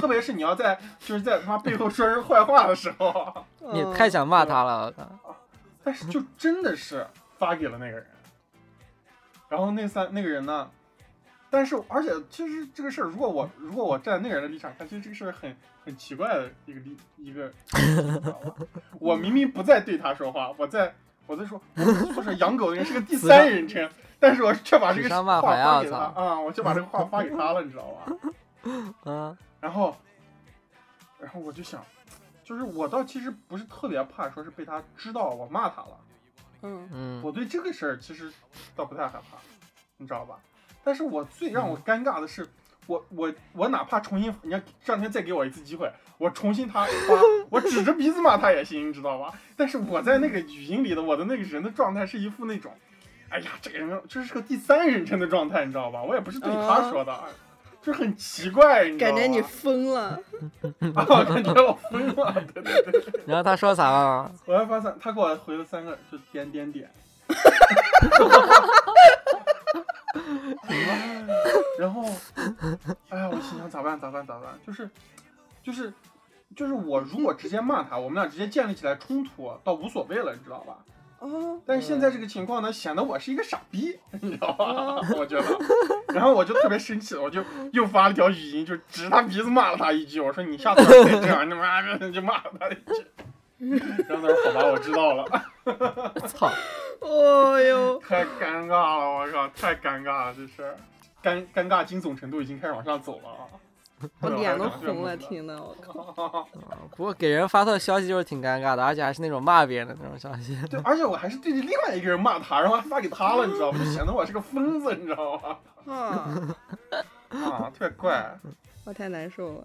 特别是你要在就是在他妈背后说人坏话的时候，
你
嗯
太想骂他了，我靠！
但是就真的是发给了那个人。然后那三那个人呢，但是而且其实这个事儿，如果我如果我站那个人的立场看，其实这个事儿很很奇怪的一个立一个，我明明不在对他说话，我在我在说，我说养狗的人是个第三人
*laughs*
称，但是我却把这
指
个
桑
话
骂槐啊
发给他
操
啊、我就把这个话发给他了，你知道吧？
嗯
然后，然后我就想，就是我倒其实不是特别怕说是被他知道我骂他了。
嗯
嗯，
我对这个事儿其实倒不太害怕，你知道吧？但是我最让
嗯
我尴尬的是，我我我哪怕重新，你要这两天再给我一次机会，我重新他发，我指着鼻子骂他也行，你知道吧？但是我在那个语音里的我的那个人的状态是一副那种，哎呀，这个人这是个第三人称的状态，你知道吧？我也不是对他说的，啊就是很奇怪，你知道
哦感
吧？
觉你疯了，
*laughs* 啊，感觉我疯了，对对对。
然后他说啥啊？
我还发三，他给我回了三个，就点点点。然后，哎呀，我心想咋办咋办咋办？就是，就是，就是我如果直接骂他，我们俩直接建立起来冲突，倒无所谓了，你知道吧？
哦，
但是现在这个情况呢，显得我是一个傻逼，你知道吧？*laughs*
嗯
我觉得，然后我就特别生气了，我就又发了条语音，就指着他鼻子骂了他一句，我说你下次再这样，你妈的就骂了他一句。然后他说好吧，我知道了，
*laughs*
*laughs*
操！啊
哦哟，
太尴尬了，我靠，太尴尬了，这事儿，尴尴尬惊悚程度已经开始往上走了啊！
我脸都红了，
对
听的我靠，
不过给人发错消息就是挺尴尬的，而且还是那种骂别人的那种消息。 *laughs*
对，而且我还是对着另外一个人骂他，然后还发给他了，你知道吗？就显得我是个疯子，你知道吗？
啊，
啊，特别怪。
我太难受了，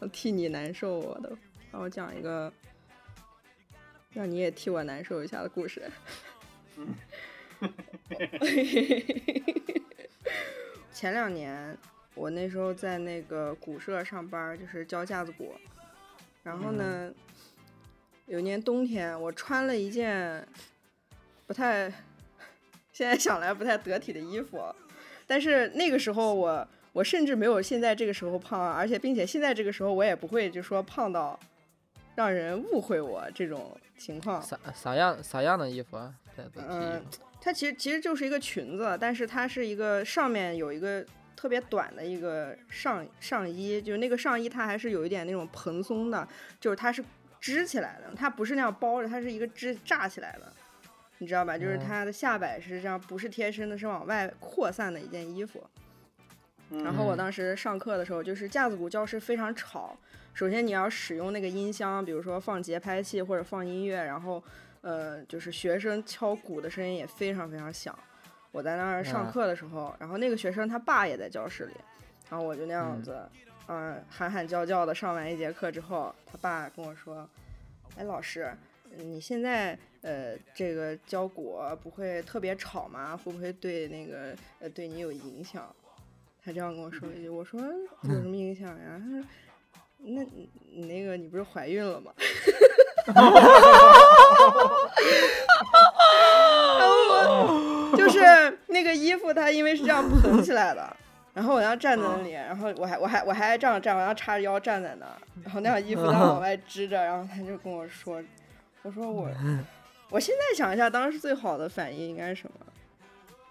我替你难受，我都，让我讲一个让你也替我难受一下的故事。 *laughs* 前两年我那时候在那个鼓社上班，就是教架子鼓，然后呢，有一年冬天我穿了一件不太，现在想来不太得体的衣服，但是那个时候我。我甚至没有现在这个时候胖啊，而且并且现在这个时候我也不会就说胖到让人误会我这种情况。
啥啥样啥样的衣服啊？再多提一
嗯
个
它其实其实就是一个裙子，但是它是一个上面有一个特别短的一个上上衣，就是那个上衣它还是有一点那种蓬松的，就是它是支起来的，它不是那样包着，它是一个支炸起来的，你知道吧？就是
嗯
它的下摆是这样，不是贴身的，是往外扩散的一件衣服。
嗯
然后我
嗯
当时上课的时候，就是架子鼓教室非常吵。首先你要使用那个音箱，比如说放节拍器或者放音乐，然后呃，就是学生敲鼓的声音也非常非常响。我在那儿上
嗯
课的时候，然后那个学生他爸也在教室里，然后我就那样
嗯
子，嗯、喊喊叫叫的上完一节课之后，他爸跟我说：“哎，老师，你现在呃这个教鼓不会特别吵吗？会不会对那个呃对你有影响？”他这样跟我说一句，我说有什么影响呀？他说：“那你你那个你不是怀孕了吗？” *laughs* 就是那个衣服，它因为是这样蓬起来的，然后我要站在那里，然后我还我还我还这样站，我要叉着腰站在那儿，然后那样衣服它往外支着，然后他就跟我说，我说我我现在想一下，当时最好的反应应该是什么？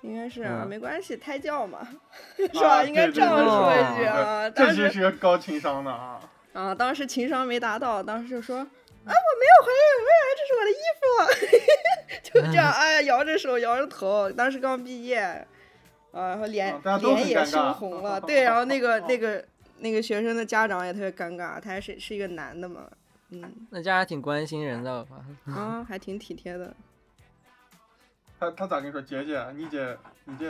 应该是、啊、
嗯
没关系，胎教嘛， *laughs* 是吧？
啊
应该
对
这
对
样
对
说
对
一句啊。
这
当
是
时
是个高情商的啊！
啊，当时情商没达到，当时就说啊，我没有怀孕，我没有怀孕，这是我的衣服。 *laughs* 就这
嗯
样，哎，摇着手，摇着头。当时刚毕业，啊，然后脸、
啊大家都很
脸也
尴尬
羞
*laughs*
红了，对，然后那个那个那个学生的家长也特别尴尬，他还是是一个男的嘛，嗯，
那家还挺关心人的吧？ *laughs*
啊，还挺体贴的。
他他咋跟你说？姐姐，你姐，你姐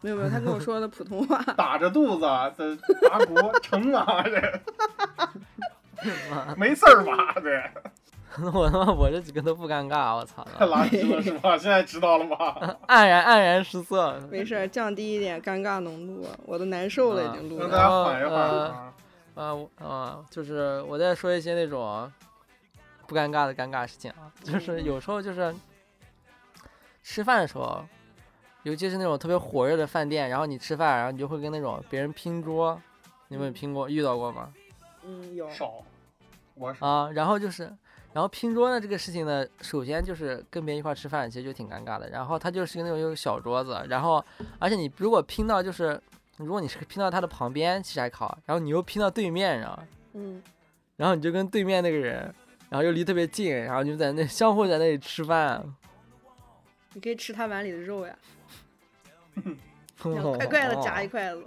没有没有，他跟我说的普通话， *laughs*
打着肚子啊在打鼓，成啊
*laughs*
这，没事儿吧这？
我他妈我这几个都不尴尬，我操！
太垃圾了是吧？现在知道了吧？
*laughs* 黯然黯然失色。 *laughs*
没事儿，降低一点尴尬浓度，我都难受了，已经录
让嗯大
了。
家
嗯
缓一缓啊！
啊我啊，就是我在说一些那种不尴尬的尴尬事情啊，就是有时候就是吃饭的时候，尤其是那种特别火热的饭店，然后你吃饭，然后你就会跟那种别人拼桌，你们有拼过遇到过吗？
嗯，有
少，我是
啊，然后就是，然后拼桌呢这个事情呢，首先就是跟别人一块儿吃饭，其实就挺尴尬的。然后它就是那种有小桌子，然后而且你如果拼到就是，如果你是拼到他的旁边，其实还好，然后你又拼到对面上，
嗯，
然后你就跟对面那个人，然后又离特别近，然后你就在那相互在那里吃饭，
你可以吃他碗里的肉呀，
哦
要快快的夹一筷子。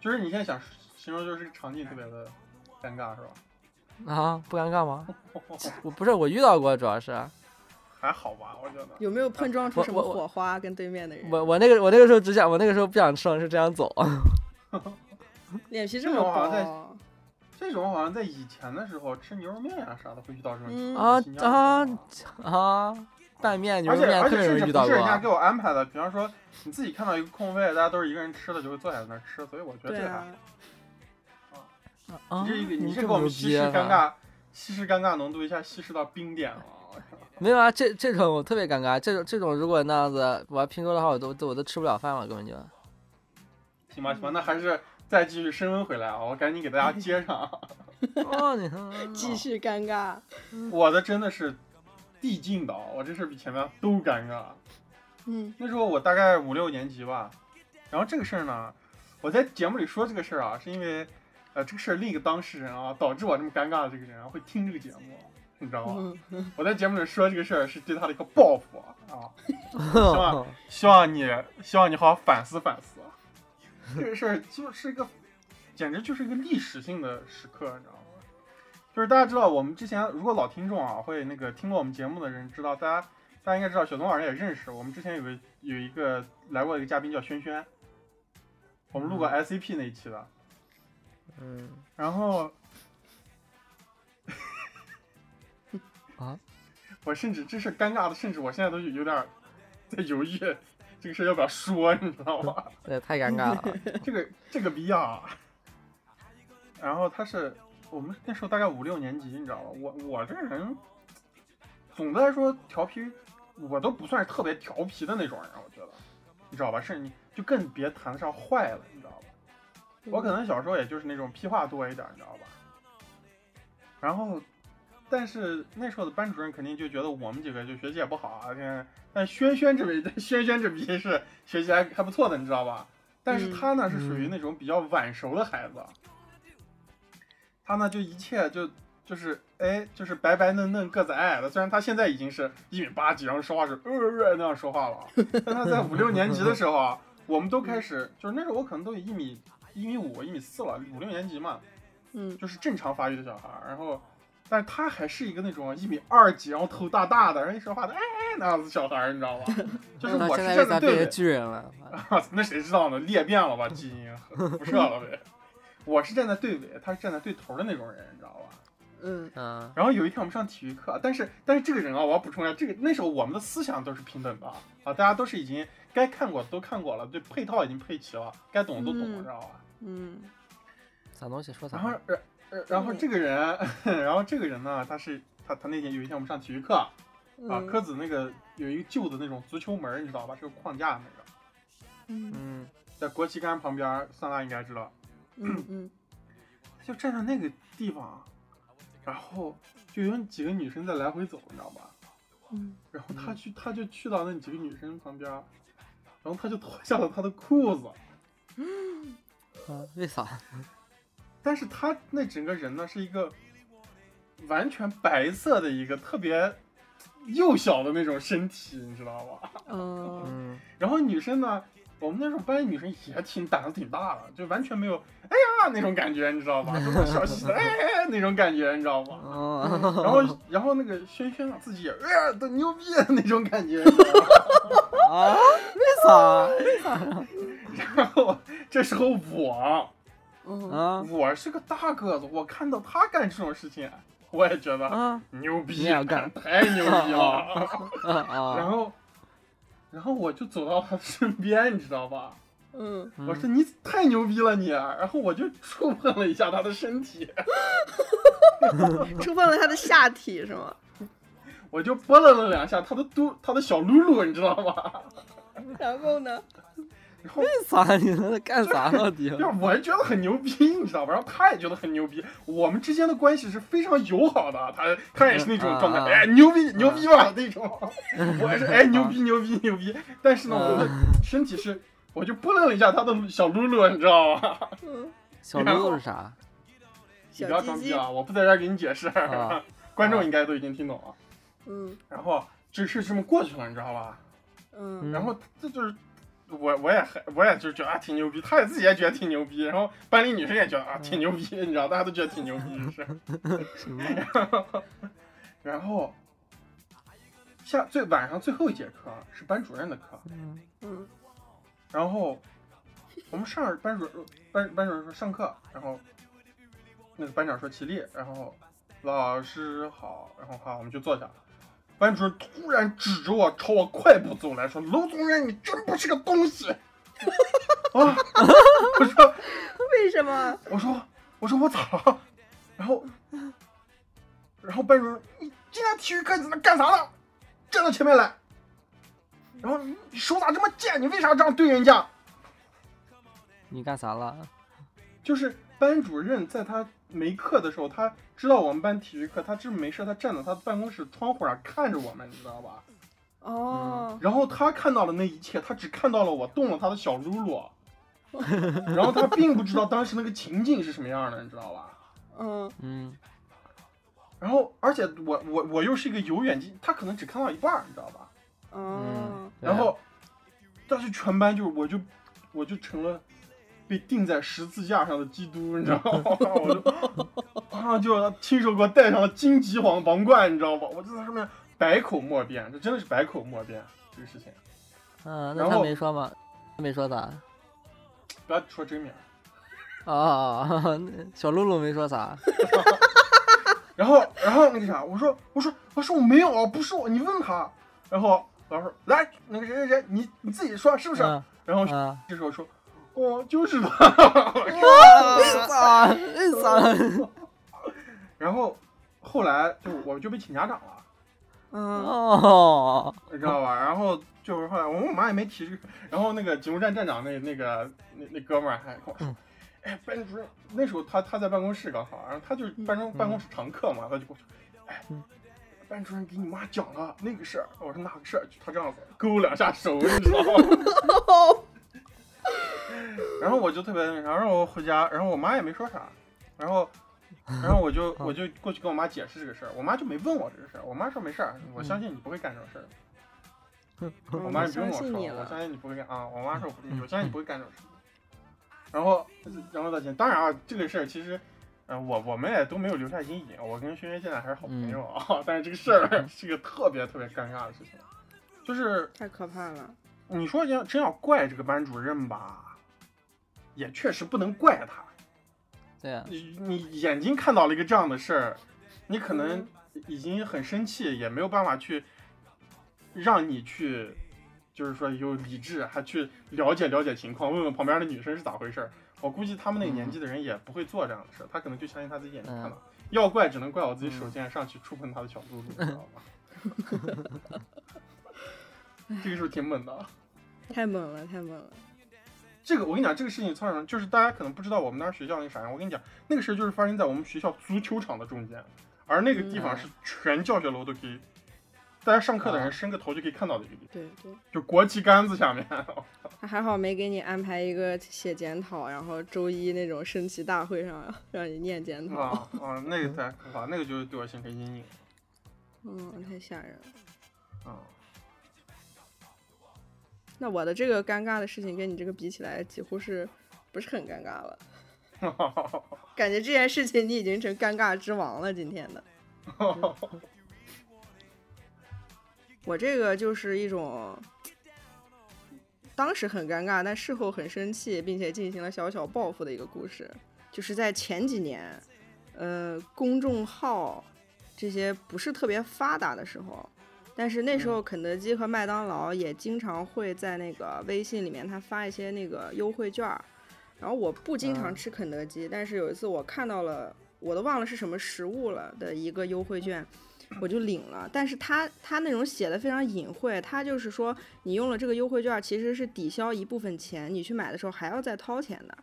就是你现在想形容就是这个场景特别的尴尬是吧？
啊，不尴
*laughs*
尬吗？我不是我遇到过，主要是
嗯
还好吧，我觉得。
有没有碰撞出
我
什么
我我
火花跟对面的人？
我我那个我那个时候只想我那个时候不想吃，我是这样走。 *laughs*
脸皮这
这
么
种好像在
薄，
这种好像在以前的时候吃牛肉面啊啥的会遇到这种情
嗯
况
啊
新疆的情况
啊，拌面、牛
而
肉
且
面
而且
特别
甚
容
至
易
不
遇到啊
是
过
人家给我安排的，比方说你自己看到一个空位，大家都是一个人吃的，就会坐在那儿吃，所以我觉得
对
这个还好。
啊，
啊！
你这个你这
这
给
么
我们
牛
稀
逼
释
啊
尴尬，稀释尴尬浓度一下稀释到冰点了。我靠
没有啊，这这种我特别尴尬，这种这种如果那样子我要拼桌的话，我都都我都吃不了饭了，根本
*laughs*
就。
行吧行吧，那还是再继续升温回来啊！我赶紧给大家接上
*laughs*
啊。
哦，你
*laughs*
看 *laughs*
继续尴尬。
我的真的是递进的啊，我这事比前面都尴尬。
嗯
那时候我大概五六年级吧，然后这个事儿呢，我在节目里说这个事儿啊，是因为呃这个事儿另一个当事人啊，导致我这么尴尬的这个人啊会听这个节目，你知道吗？
嗯，
我在节目里说这个事儿是对他的一个报复啊，吧
哦，
希望你希望你好好反思反思，这个事儿就是一个，简直就是一个历史性的时刻，你知道吗？就是大家知道，我们之前如果老听众啊，会那个听过我们节目的人知道，大家大家应该知道，雪松老师也认识。我们之前有个有一个来过的一个嘉宾叫轩轩，我们录过 SCP 那一期的，
嗯，
然后
啊，
我甚至这事尴尬的，甚至我现在都有有点儿在犹豫这个事儿要不要说，你知道吗？
这也太尴尬了。
这个这个逼啊！然后他是我们那时候大概五六年级，你知道吧？我我这人总的来说调皮，我都不算是特别调皮的那种人，我觉得，你知道吧？是你就更别谈得上坏了，你知道吧？
嗯
我可能小时候也就是那种屁话多一点，你知道吧？然后，但是那时候的班主任肯定就觉得我们几个就学习也不好啊，现在但轩轩这位， *laughs* 轩轩这逼是学习还还不错的，你知道吧？但是他呢是属于那种比较晚熟的孩子，他呢就一切就就是哎就是白白嫩嫩个子矮矮的，虽然他现在已经是一米八几，然后说话是呃呃那样说话了啊，但他在五六年级的时候啊，我们都开始就是那时候我可能都有一米一米五一米四了，五六年级嘛，
嗯
就是正常发育的小孩儿，然后，但是他还是一个那种一米二几，然后头大大的，然后一说话的哎哎那样子小孩儿，你知道吗？ *laughs* 就是
那
我
现
是站
在
在
咱
对面
变成，巨人了，
那谁知道呢？裂变了吧，基因辐射了呗。我是站在对尾，他是站在对头的那种人，你知道吧？
嗯
嗯，
然后有一天我们上体育课，但是但是这个人啊，我要补充一下，这个那时候我们的思想都是平等的啊，啊大家都是已经该看过都看过了，对配套已经配齐了，该懂的都懂，
嗯
知道吧？
嗯
啥东西说
然后
啥？，
然然然后
对
这个人， *laughs* 然后这个人呢，他是他他那天有一天我们上体育课啊，
嗯
科子那个有一个旧的那种足球门儿，你知道吧？是个框架那个，
嗯
嗯，
在国旗杆旁边儿，桑拉应该知道，
嗯嗯
他就站在那个地方，啊然后就有几个女生在来回走，你知道吧？
嗯，
然后他去他就去到那几个女生旁边儿，然后他就脱下了他的裤子，
啊为啥？
但是他那整个人呢是一个完全白色的一个特别幼小的那种身体，你知道吧？
嗯
嗯，
然后女生呢，我们那种班里女生也挺胆子挺大的，就完全没有哎呀那种感觉，你知道吧？就是小细的哎哎哎那种感觉，你知道吧？
哦，
然
*laughs*
后然后那个轩轩啊自己也哎呀都牛逼的那种感觉，你知道吧
啊，为啥？
*laughs* 然后这时候我
嗯
啊
我是个大个子，我看到他干这种事情，啊我也觉得。
啊
牛逼，
你也要干
太牛逼了。
啊
*laughs* 然
啊！
后，然后我就走到他身边，你知道吧？
嗯，
嗯
我啊说你太牛逼了你，然后我就触碰了一下他的身体，
触碰了他的下体是吗？ *laughs*
我就拨弄了两下他的嘟，他的小露露，你知道吗？
然后呢？
*laughs* 然后
啥？你能干啥到 *laughs* 底？
就是我觉得很牛逼，你知道吧？然后他也觉得很牛逼，我们之间的关系是非常友好的。啊他他也是那种状态，
嗯啊
哎，牛逼牛逼吧那种。 *laughs* 我也是哎，牛逼牛逼牛逼。但是呢，
嗯
我的身体是，我就拨弄了一下他的小露露，你知道
*laughs*
吗？
嗯，
小
然
鹿
后
是啥？
你不要
小
装
鸡
逼
鸡，
啊！我不在这儿给你解释，
啊
*laughs* 观众应该都已经听懂了。
嗯
然后这事这么过去了，你知道吧？
嗯，
然后这就是我我也很我也就觉得啊挺牛逼，他也自己也觉得挺牛逼，然后班里女生也觉得啊挺牛逼，你知道，大家都觉得挺牛逼，是。
什么？
然后下最晚上最后一节课是班主任的课，
嗯
嗯
然后我们上班主班班主任说上课，然后那个班长说起立，然后老师好，然后好我们就坐下了。班主任突然指着我，朝我快步走来说：“楼主任，你真不是个东西！” *laughs* 啊！ *laughs* 我说，
为什么？
我说，我说我咋了？然后，然后班主任，你今天体育课你在那干啥呢？站到前面来。然后你手咋这么贱？你为啥这样对人家？
你干啥了？
就是班主任在他没课的时候，他知道我们班体育课，他这没事，他站在他的办公室窗户上看着我们，你知道吧？
哦，
然后他看到了那一切，他只看到了我动了他的小露露， *laughs* 然后他并不知道当时那个情境是什么样的，你知道吧？
嗯
嗯
然后，而且我我我又是一个有远近，他可能只看到一半儿，你知道吧？
嗯
哦，。
对
然后，但是全班就是我就我就成了被钉在十字架上的基督，你知道吗？ *laughs* 我就啊，就亲手给我戴上了荆棘王王冠，你知道吗？我就在上面百口莫辩，这真的是百口莫辩这个事情。
嗯，
然
那他
后
没说吗？他没说啥？
不要说真名儿。
哦，那小露露没说啥。
然后，然后那个啥，我说，我说，我说我没有，啊不是我，你问他。然后老师说，来，那个谁谁谁，你你自己说是不是？
嗯
然后
嗯。
这时候说，哦，就是他。
哇
啊！ *laughs* 为啥？
然后后来就我就被请家长了，
嗯，
哦，
你知道吧？然后就是后来我我妈也没提这个，然后那个警务站站长那那个那那哥们儿还跟我说
嗯。
哎，班主任那时候他他在办公室刚好，然后他就是办公、办公室常客嘛，他就跟我说，哎
嗯，
班主任给你妈讲了那个事儿，我说哪个事儿？就他这样子勾我两下手，你知道吗？然后我就特别那啥，然后我回家，然后我妈也没说啥，然后，然后我
*laughs*
就
嗯
我就过去跟我妈解释这个事儿，我妈就没问我这个事儿，我妈说没事儿，我相信你不会干这种事儿，我妈也不用我
嗯相信
说，
你
我
了，
相信你不会干啊，我妈说
嗯
我相信你不会干这种事儿，然后然后再讲，当然啊，这个事儿其实。呃，我我们也都没有留下阴影，我跟轩轩现在还是好朋友啊。
嗯
*laughs* 但是这个事儿是个特别特别尴尬的事情，就是
太可怕了。
你说要真要怪这个班主任吧，也确实不能怪他，
对啊，
你你眼睛看到了一个这样的事儿，你可能已经很生气，也没有办法去让你去，就是说有理智，还去了解了解情况，问问旁边的女生是咋回事儿。我估计他们那个年纪的人也不会做这样的事儿，他可能就相信他自己眼睛看到。要怪只能怪我自己手贱上去触碰他的小露露，你知道吗？这个是不是挺猛的？啊
太猛了，太猛了！
这个我跟你讲，这个事情发生就是大家可能不知道我们当时学校那啥样。我跟你讲，那个事儿就是发生在我们学校足球场的中间，而那个地方
嗯
是全教学楼都可以，大家上课的人
啊
伸个头就可以看到的一个地方，
对对，
就国旗杆子下面。
还好没给你安排一个写检讨，然后周一那种升旗大会上 *laughs* 让你念检讨。
啊啊，那个太可怕，那个就是对我形成阴影
嗯，太吓人了。
啊。
那我的这个尴尬的事情跟你这个比起来，几乎是不是很尴尬了？感觉这件事情你已经成尴尬之王了。今天的我这个就是一种，当时很尴尬，但事后很生气，并且进行了小小报复的一个故事，就是在前几年，呃，公众号这些不是特别发达的时候。但是那时候，肯德基和麦当劳也经常会在那个微信里面，他发一些那个优惠券儿。然后我不经常
嗯
吃肯德基，但是有一次我看到了我都忘了是什么实物了的一个优惠券，我就领了。但是他他那种写的非常隐晦，他就是说你用了这个优惠券，其实是抵消一部分钱，你去买的时候还要再掏钱的。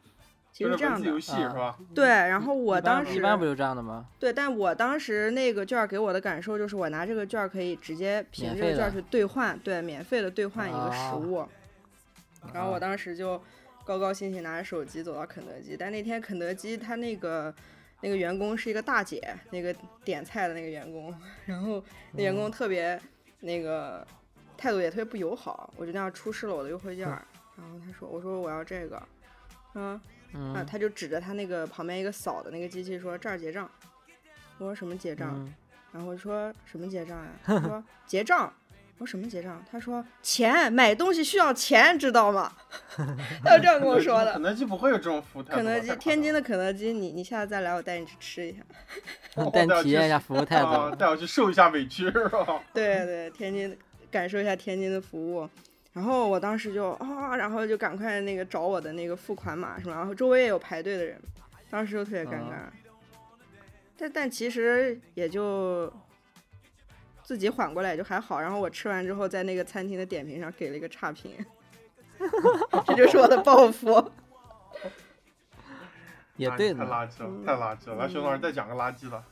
其
就
实
是
这样
文字游
的，嗯
戏是吧？
对。然后我
一般
当
不
时
一般不就这样的吗？
对，但我当时那个券儿给我的感受就是，我拿这个券儿可以直接凭
免
这个
费
券儿
的
去兑换，对，免费的兑换一个
啊
食物。 *laughs* 然后我
啊
当时就高高兴兴拿着手机走到肯德基，但那天肯德基他那个那个员工是一个大姐，那个点菜的那个员工， *laughs* 然后那员
嗯
工特别那个态度也特别不友好，我就那样出示了我的优惠券儿，然后他说我说我要这个，嗯，啊，
嗯
他就指着他那个旁边一个扫的那个机器说：“这儿结账。”我说：“什么结账？”
嗯
然后我说：“什么结
*laughs*
账呀、他说：“结账。”我说：“什么结账？”他说：“钱，买东西需要钱，知道吗？” *laughs* 他就这样跟我说的
*laughs*
肯。德基不会有这种服务态度吧。
肯德基，天津
的
的肯德基，你你下次再来，我带你去吃一下。
带你体验一下服务态
啊，
度。
带我去受一下委屈是吧？
对对，天津感受一下天津的服务。然后我当时就啊、然后就赶快那个找我的那个付款码什么，然后周围也有排队的人，当时就特别尴尬。但但其实也就自己缓过来也就还好。然后我吃完之后，在那个餐厅的点评上给了一个差评，这就是我的报复。
也
哎
对
太
呢，
垃圾了，
嗯
太垃圾了！来，熊老师再讲个垃圾的。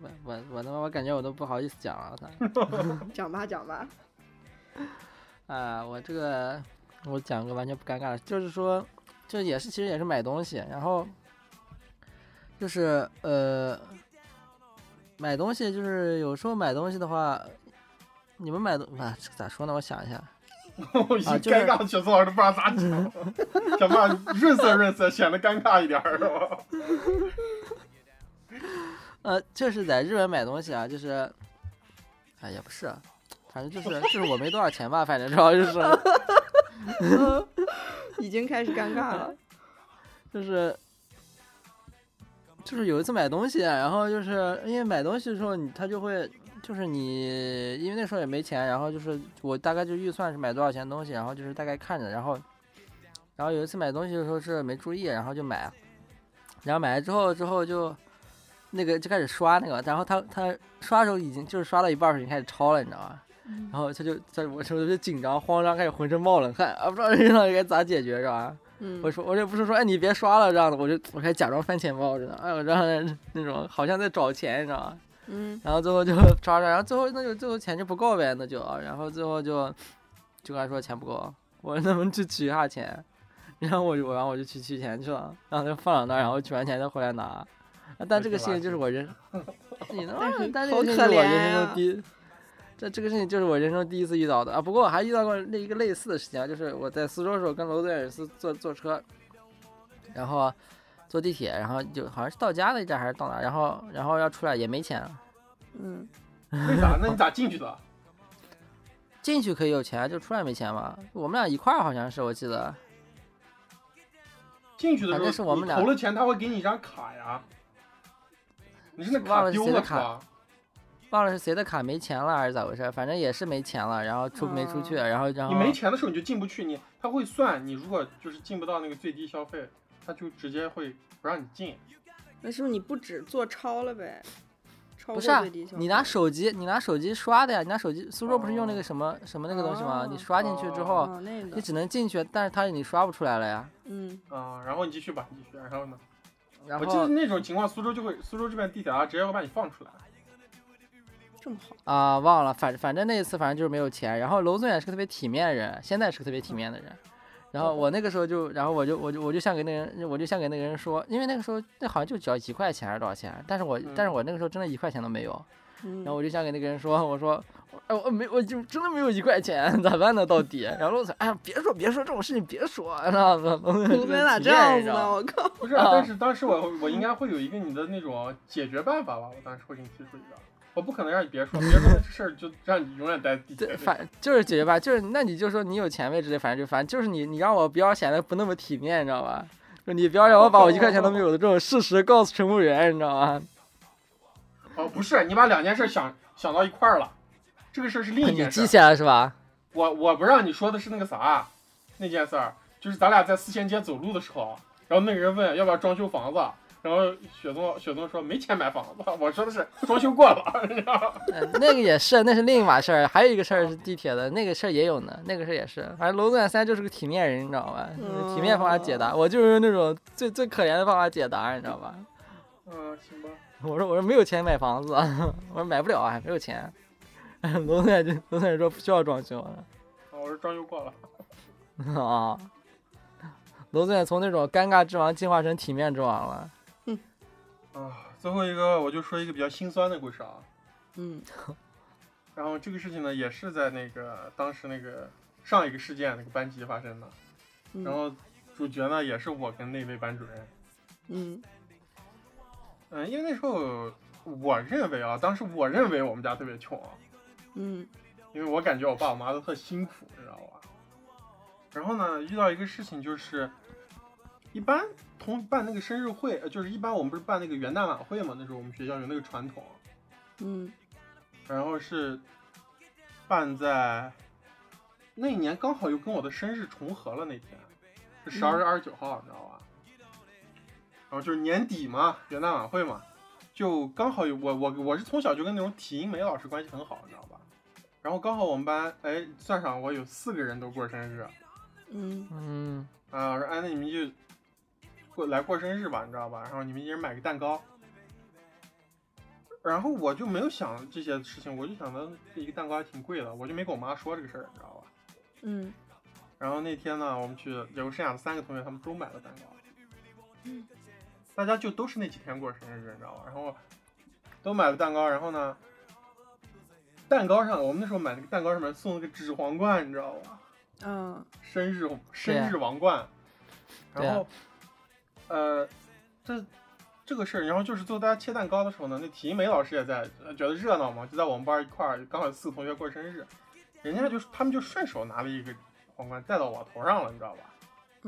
我我我他妈我感觉我都不好意思讲了，操！
讲吧讲吧，
啊，我这个我讲个完全不尴尬的，就是说，就也是其实也是买东西，然后就是呃，买东西就是有时候买东西的话，你们买东啊这咋说呢？我想一下，
我已经
啊就是
尴
嗯
尬的角色老师都不知道咋讲了， *laughs* 想办法润色润色，显得尴尬一点儿是吧？
呃，就是在日本买东西啊，就是，哎也不是啊，反正就是就是我没多少钱吧，反正主要就是
已经开始尴尬了。
就是就是有一次买东西，啊然后就是因为买东西的时候你他就会就是你因为那时候也没钱，然后就是我大概就预算是买多少钱东西，然后就是大概看着，然后然后有一次买东西的时候是没注意，然后就买，然后买了之后之后就。那个就开始刷那个，然后他他刷的时候已经就是刷到一半儿时候已经开始超了，你知道吗？然后他就在我时候就紧张慌张，开始浑身冒冷汗啊，不知道 *laughs* 这到底该咋解决，知道吧？
嗯
我，说我这不是说哎你别刷了这样的，我就我还假装翻钱包知道，哎我这样的那种好像在找钱你知道吗？
嗯
然后最后就 *laughs* 刷刷，然后最后那就最后钱就不够呗，那就然后最后就就跟他说钱不够，我说能不能去取一下钱？然后我就我然后我就去取钱去了，然后就放到那儿，然后取完钱再回来拿。啊但这个事情就是我人， *laughs* 你他妈
但是
但这
好
个事情
可
是我
怜啊
人生
呀
中第一，这这个事情就是我人生第一次遇到的啊。不过我还遇到过那一个类似的事情啊，就是我在苏州的时候跟楼队尔斯坐坐车，然后坐地铁，然后就好像是到家了一站还是到哪儿，然后然后要出来也没钱了。
嗯，
为啥？那你咋进去的？
进去可以有钱，就出来没钱嘛。我们俩一块儿好像是，我记得
进去的时
反
候
正是我们
你
俩
投了钱，他会给你一张卡呀。你是那
忘
卡
了是
丢
谁的
了是吧？
忘了是谁的卡没钱了还是咋回事，反正也是没钱了，然后出没出去，然后然后
哦你没钱的时候你就进不去，你他会算你如果就是进不到那个最低消费，他就直接会不让你进。
那是不是你不止做超了呗？超
不
过
是啊
最低消
你
费
拿手机，你拿手机刷的呀，你拿手机，苏州不是用那个什么什么那个东西吗
哦？
你刷进去之后，
哦，那
啊你
个，
只能进去，但是它你刷不出来了呀。
嗯，
啊，然后你继续吧，你继续，然后呢？
然
我记得
后
那种情况，苏州就会，苏州这边地铁啊，直接会把你放出来。
这么好，
啊、忘了，反反正那一次反正就是没有钱。然后娄宗远是个特别体面的人，现在是个特别体面的人。然后我那个时候就，然后我就我就我就想给那个人，我就想给那个人说，因为那个时候那好像就只要一块钱还是多少钱，但是我、但是我那个时候真的一块钱都没有。
嗯，
然后我就想给那个人说，我说，哎，我没，我就真的没有一块钱，咋办呢？到底？然后我说，哎呀，别说别说这种事情，别说，知 *laughs* 道吗？
我们咋啊这样子呢？？我靠，
不是，
啊
但是当时我我应该会有一个你的那种解决办法吧，我当时会给你提出一个，我不可能让你别说，别说这事儿就让你永远待在地铁
对，
里。
反就是解决吧，就是那你就说你有钱呗之类，反正就反正就是你你让我不要显得不那么体面，你知道吧？就你不要让我把我一块钱都没有的这种事实告诉乘务员，你知道吗？
哦，不是，你把两件事想想到一块儿了，这个事儿是另一
你
件事
记
儿。
起来了是吧？
我我不让你说的是那个啥，那件事儿，就是咱俩在四仙街走路的时候，然后那个人问要不要装修房子，然然后雪松雪松说没钱买房子，我说的是装修过了， *laughs* 你知道吗？
呃那个也是，那是另一码事儿。还有一个事儿是地铁的，那个事儿也有呢，那个事儿也是。反正龙钻三就是个体面人，你知道吧？就是体面方法解答，
哦
我就是用那种最最可怜的方法解答，你知道吧？
嗯，行吧，
我说我说没有钱买房子， *laughs* 我说买不了啊，没有钱。 *laughs* 龙钻就龙钻说不需要装修啊。
啊我说装修过了，
*laughs* 啊，龙钻从那种尴尬之王进化成体面之王了。
啊，最后一个我就说一个比较心酸的故事啊，
嗯
然后这个事情呢也是在那个当时那个上一个事件那个班级发生的，然
嗯
后主角呢也是我跟那位班主任，
嗯
嗯，因为那时候我认为啊，当时我认为我们家特别穷啊，
嗯
因为我感觉我爸我妈都特辛苦，你知道吧？然后呢，遇到一个事情就是，一般同办那个生日会，呃就是一般我们不是办那个元旦晚会嘛，那时候我们学校有那个传统，
嗯
然后是办在那一年刚好又跟我的生日重合了，那天是十二月二十九号，你知道吧？然后就是年底嘛，元旦晚会嘛，就刚好有我我我是从小就跟那种体英美老师关系很好，你知道吧？然后刚好我们班哎算上我有四个人都过生日
嗯
嗯
啊，我说哎那你们就过来过生日吧，你知道吧？然后你们一人买个蛋糕。然后我就没有想这些事情，我就想着一个蛋糕还挺贵的，我就没跟我妈说这个事儿，你知道吧？
嗯
然后那天呢，我们去有剩下的三个同学，他们都买了蛋糕，大家就都是那几天过生日，你知道吧？然后都买了蛋糕，然后呢，蛋糕上我们那时候买那个蛋糕上面送了个纸皇冠，你知道吧？
啊
生日生日王冠，
啊对
然
啊
后呃，这这个事儿，然后就是做大家切蛋糕的时候呢，那体育美老师也在，呃觉得热闹嘛，就在我们班儿一块儿，刚好有四个同学过生日，人家就是他们就顺手拿了一个皇冠戴到我头上了，你知道吧？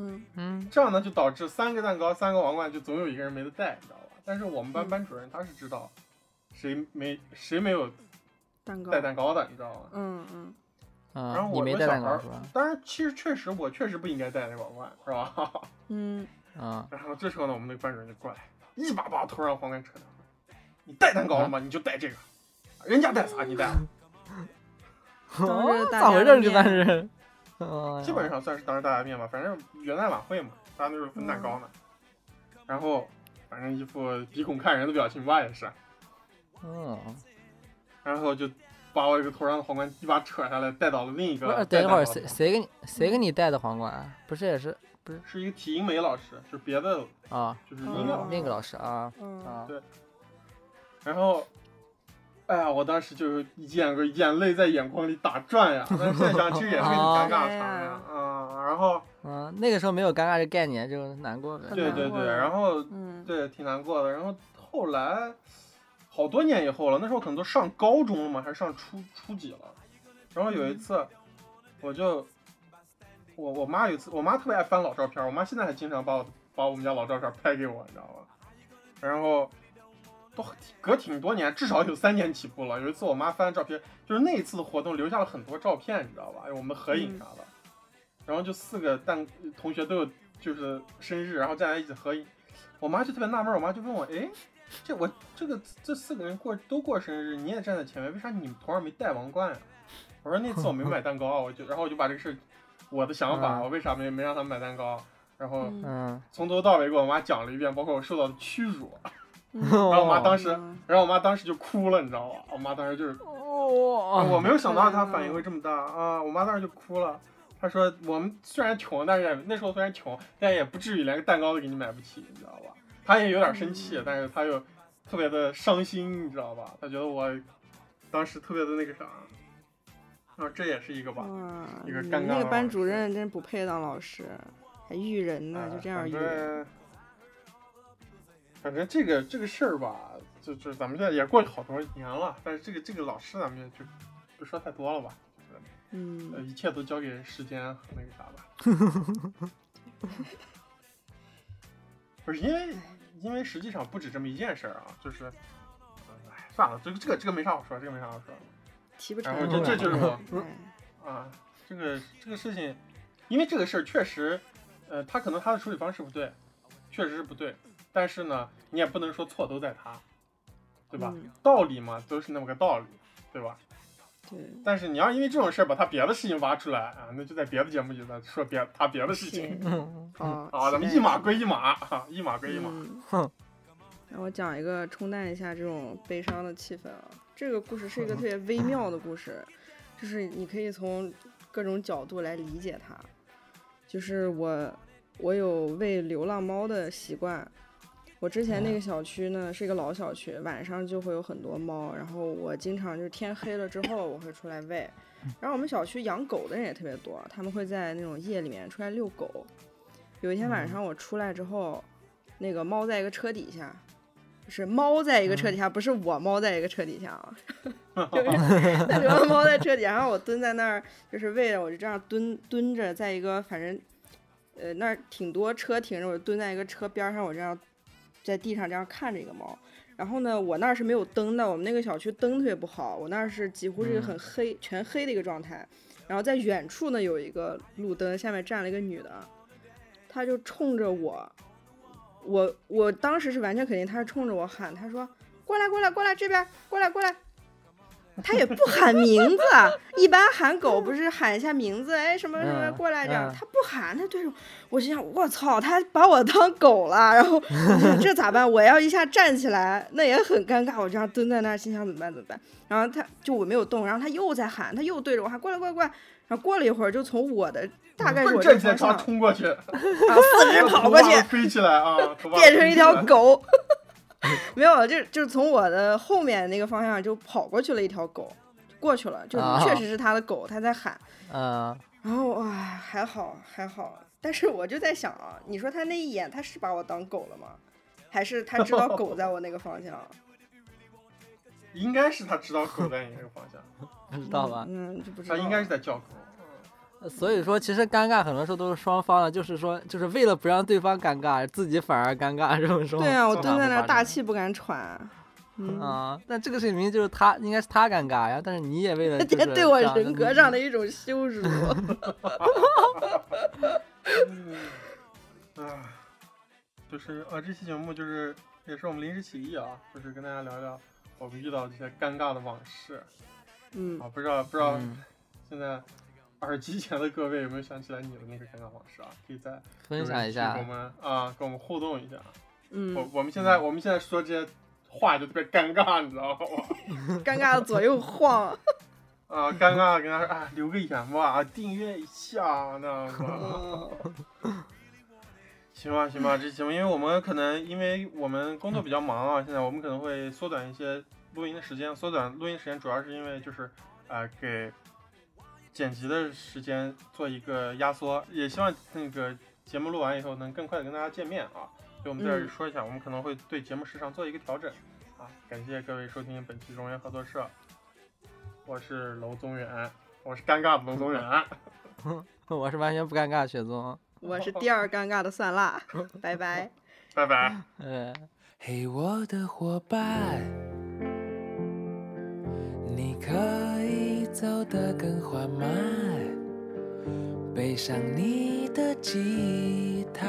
嗯
嗯
这样呢，就导致三个蛋糕、三个王冠，就总有一个人没得戴，你知道吧？但是我们班
嗯
班主任他是知道谁没谁没有
嗯
蛋糕
带蛋糕的，你知道吗？
嗯嗯
然
啊
后，
你
我
没
我
带
小
蛋
孩
糕
儿
是吧？
当然，其实确实我确实不应该戴那个王冠，是吧？
嗯
*laughs*
啊，
然后这时候呢，我们那个班主任就过来，一把把我头上皇冠扯掉了。你带蛋糕了吗？你就带这个，人家带啥你带啊啥。
当着大
哦咋回
家
事儿
的
这帮
面
*laughs*
人？啊
基本上算是当着大家面吧，反正元旦晚会嘛，大家那时候分蛋糕呢。然后，反正一副鼻孔看人的表情吧，也是。
嗯，
然后就把我这个头上的皇冠一把扯下来，带到了另一
不是，
个。
等一会儿
带蛋糕的
谁谁给你谁给你带的皇冠啊？不是也是
是一个体音美老师，就别的
啊？
就是音乐
哦
嗯那个老师啊
嗯
啊
对然后，哎呀，我当时就是一见个眼泪在眼眶里打转呀，但是现在想其实也是很尴尬的场
*laughs* 哦
面啊。然后，
嗯，那个时候没有尴尬这概念，就难过呗。
很
对
难
对
过
对，
呀
然后
嗯
对挺难过的。然后后来，好多年以后了，那时候可能都上高中了嘛，还是上初初几了。然后有一次，我就我我妈有一次，我妈特别爱翻老照片，我妈现在还经常把我把我们家老照片拍给我，你知道吗？然后都隔挺多年，至少有三年起步了。有一次我妈翻照片，就是那一次的活动留下了很多照片，你知道吧？哎有我们的合影啥的。然后就四个蛋同学都有就是生日，然后站在一起合影。我妈就特别纳闷儿，我妈就问我，哎，这我这个这四个人过都过生日，你也站在前面，为啥你头上没戴王冠呀、啊我说那次我没买蛋糕，啊我就然后我就把这个事儿，我的想法，
嗯
我为啥没没让他们买蛋糕，啊然后
嗯
嗯，
从头到尾给我妈讲了一遍，包括我受到的屈辱，
嗯
然后我妈 *laughs*
哦
当时
嗯，
然后我妈当时就哭了，你知道吧？我妈当时就是我
哦，
没有想到他反
嗯
应会这么大啊！我妈当时就哭了，她说我们虽然穷，但是也那时候虽然穷，但也不至于连个蛋糕都给你买不起，你知道吧？她也有点生
嗯
气，但是她又特别的伤心，你知道吧？她觉得我当时特别的那个啥，啊，这也是一个
嗯
吧。
哇，
一个
你
尴尬
那
的
个班
老
主
师
任真不配当老师，还育人呢，
哎
就这样
反
育人。
正反正这个这个事儿吧，就就咱们现在也过去好多年了，但是这个这个老师咱们就不说太多了吧，呃，
嗯，
一切都交给时间和那个啥吧。不是因为，因为实际上不止这么一件事儿啊，就是，呃哎，算了，这个这个这个没啥好说，这个没啥好说。
提不成
然
了。
后这这就是我
哎
啊，这个这个事情，因为这个事儿确实，呃，他可能他的处理方式不对，确实是不对，但是呢，你也不能说错都在他，对吧？
嗯
道理嘛，都是那么个道理，对吧？
对，
但是你要因为这种事儿把他别的事情挖出来啊，那就在别的节目里呢说别他别的事情
行，嗯好，
啊，咱们
期
一
待
码归一码啊，一码归一码。
嗯
哼，
然后讲一个冲淡一下这种悲伤的气氛啊。这个故事是一个特别微妙的故事，就是你可以从各种角度来理解它。就是我，我有喂流浪猫的习惯。我之前那个小区呢是一个老小区，晚上就会有很多猫，然后我经常就是天黑了之后我会出来喂。然后我们小区养狗的人也特别多，他们会在那种夜里面出来遛狗。有一天晚上我出来之后，那个猫在一个车底下，就是猫在一个车底下，不是我猫在一个车底下啊，就是那流浪猫在车底下，然后我蹲在那儿，就是为了我就这样蹲蹲着，在一个反正呃那儿挺多车停着，我就蹲在一个车边儿上，我这样在地上这样看着一个猫。然后呢，我那儿是没有灯的，我们那个小区灯特别不好，我那儿是几乎是一个很黑、全黑的一个状态。然后在远处呢有一个路灯，下面站了一个女的，啊她就冲着我，我我当时是完全肯定她是冲着我喊，她说过来过来过来这边过来过来，她也不喊名字，啊一般喊狗不是喊一下名字，哎什么什么
嗯
过来这样，
嗯
她不喊，她对着我，我心想我操，她把我当狗了，然后我想这咋办？我要一下站起来，那也很尴尬，我这样蹲在那儿，心想怎么办怎么办？然后她就我没有动，然后她又在喊，她又对着我喊过来过来过来。然后过了一会儿，就从我的大概是
奔
我
着
这
你的
方
车
向，
冲
*laughs*
过去，
然后啊四肢跑过去，
飞起来啊，头发
变成一条
飞起
狗。 *laughs* 没有，就就是从我的后面那个方向就跑过去了一条狗，过去了，就
啊
确实是他的狗，他在喊。
嗯
然后哇，还好还好，但是我就在想啊，你说他那一眼，他是把我当狗了吗？还是他知道狗在我那个方向？
来，应该是他知道狗在你这个方向，
不知道吧？
嗯，就不知道
他
了。
应该是在叫狗。
呃所以说，其实尴尬很多时候都是双方的，就是说，就是为了不让对方尴尬，自己反而尴尬，这种时候。
对啊，我
经
蹲
常
在
会
那儿
发
大
生
气不敢喘。嗯，
啊！但这个事情明明就是他，应该是他尴尬呀，但是你也为
*laughs*
了就是
这对我
这样
人格上的一种羞辱。嗯
啊，就是啊，这期节目就是也是我们临时起意啊，就是跟大家聊聊我们遇到这些尴尬的往事
嗯，
啊，不知道不知道
嗯，
现在耳机前的各位有没有想起来你的那个尴尬往事啊？可以在
分享一
给我
下，
们啊，跟我们互动一下。我
嗯，
我们现在我们现在说这些话就特别尴尬，你知道吗？ *laughs*
尴尬的左
*laughs*
右晃。
啊，尴尬地跟他说啊，留个言吧，啊订阅一下，那样子啊。
嗯
行吧，行吧，这节目，因为我们可能因为我们工作比较忙啊，现在我们可能会缩短一些录音的时间，缩短录音时间主要是因为就是呃给剪辑的时间做一个压缩，也希望那个节目录完以后能更快的跟大家见面啊。所以我们在这里
嗯
说一下，我们可能会对节目时长做一个调整啊。感谢各位收听本期荣源合作社，我是娄宗远，我是尴尬的娄宗远，啊
我是完全不尴尬，雪宗，
我是第二尴尬的蒜辣，拜拜。
拜拜。
呃。
嘿，我的伙伴，你可以走得更缓慢，背上你的吉他，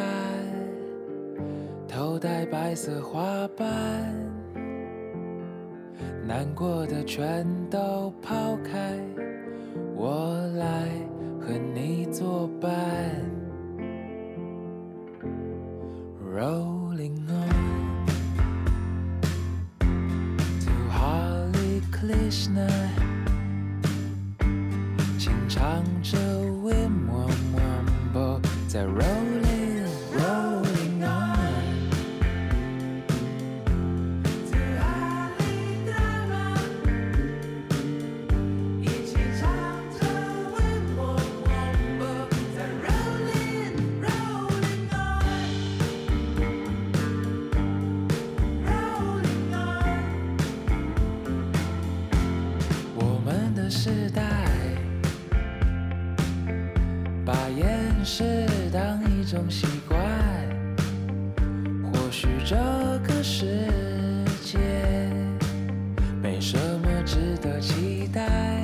头戴白色花瓣，难过的全都抛开，我来和你作伴。Rolling on。to Hare Krishna，轻唱着 Wim Wam Wambo，在 Rolling Rolling On。我们的时代，把掩饰当一种习惯。或许这个世界没什么值得期待，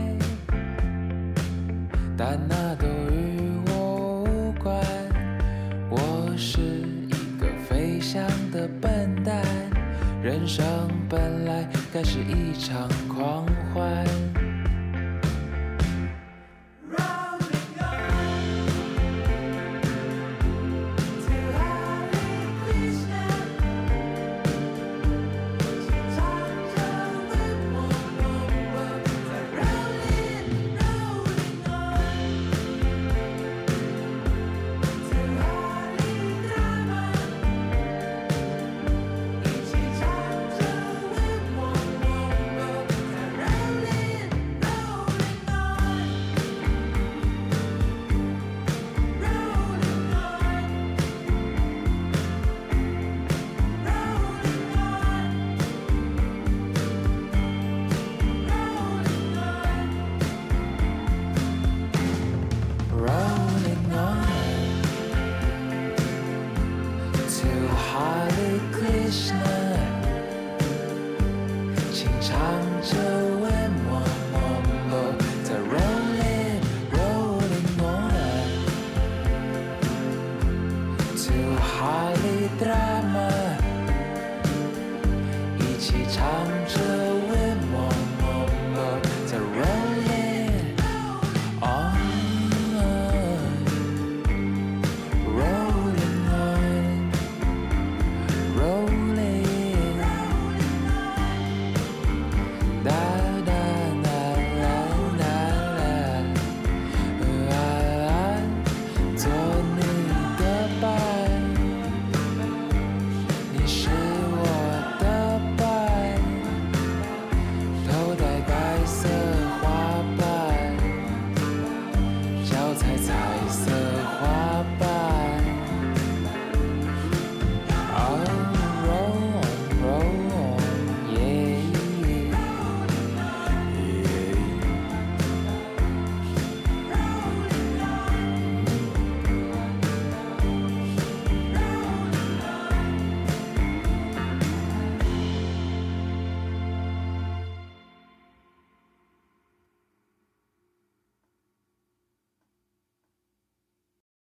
但那都与我无关。我是一个飞翔的笨蛋。人生本来该是一场狂欢。，Oh,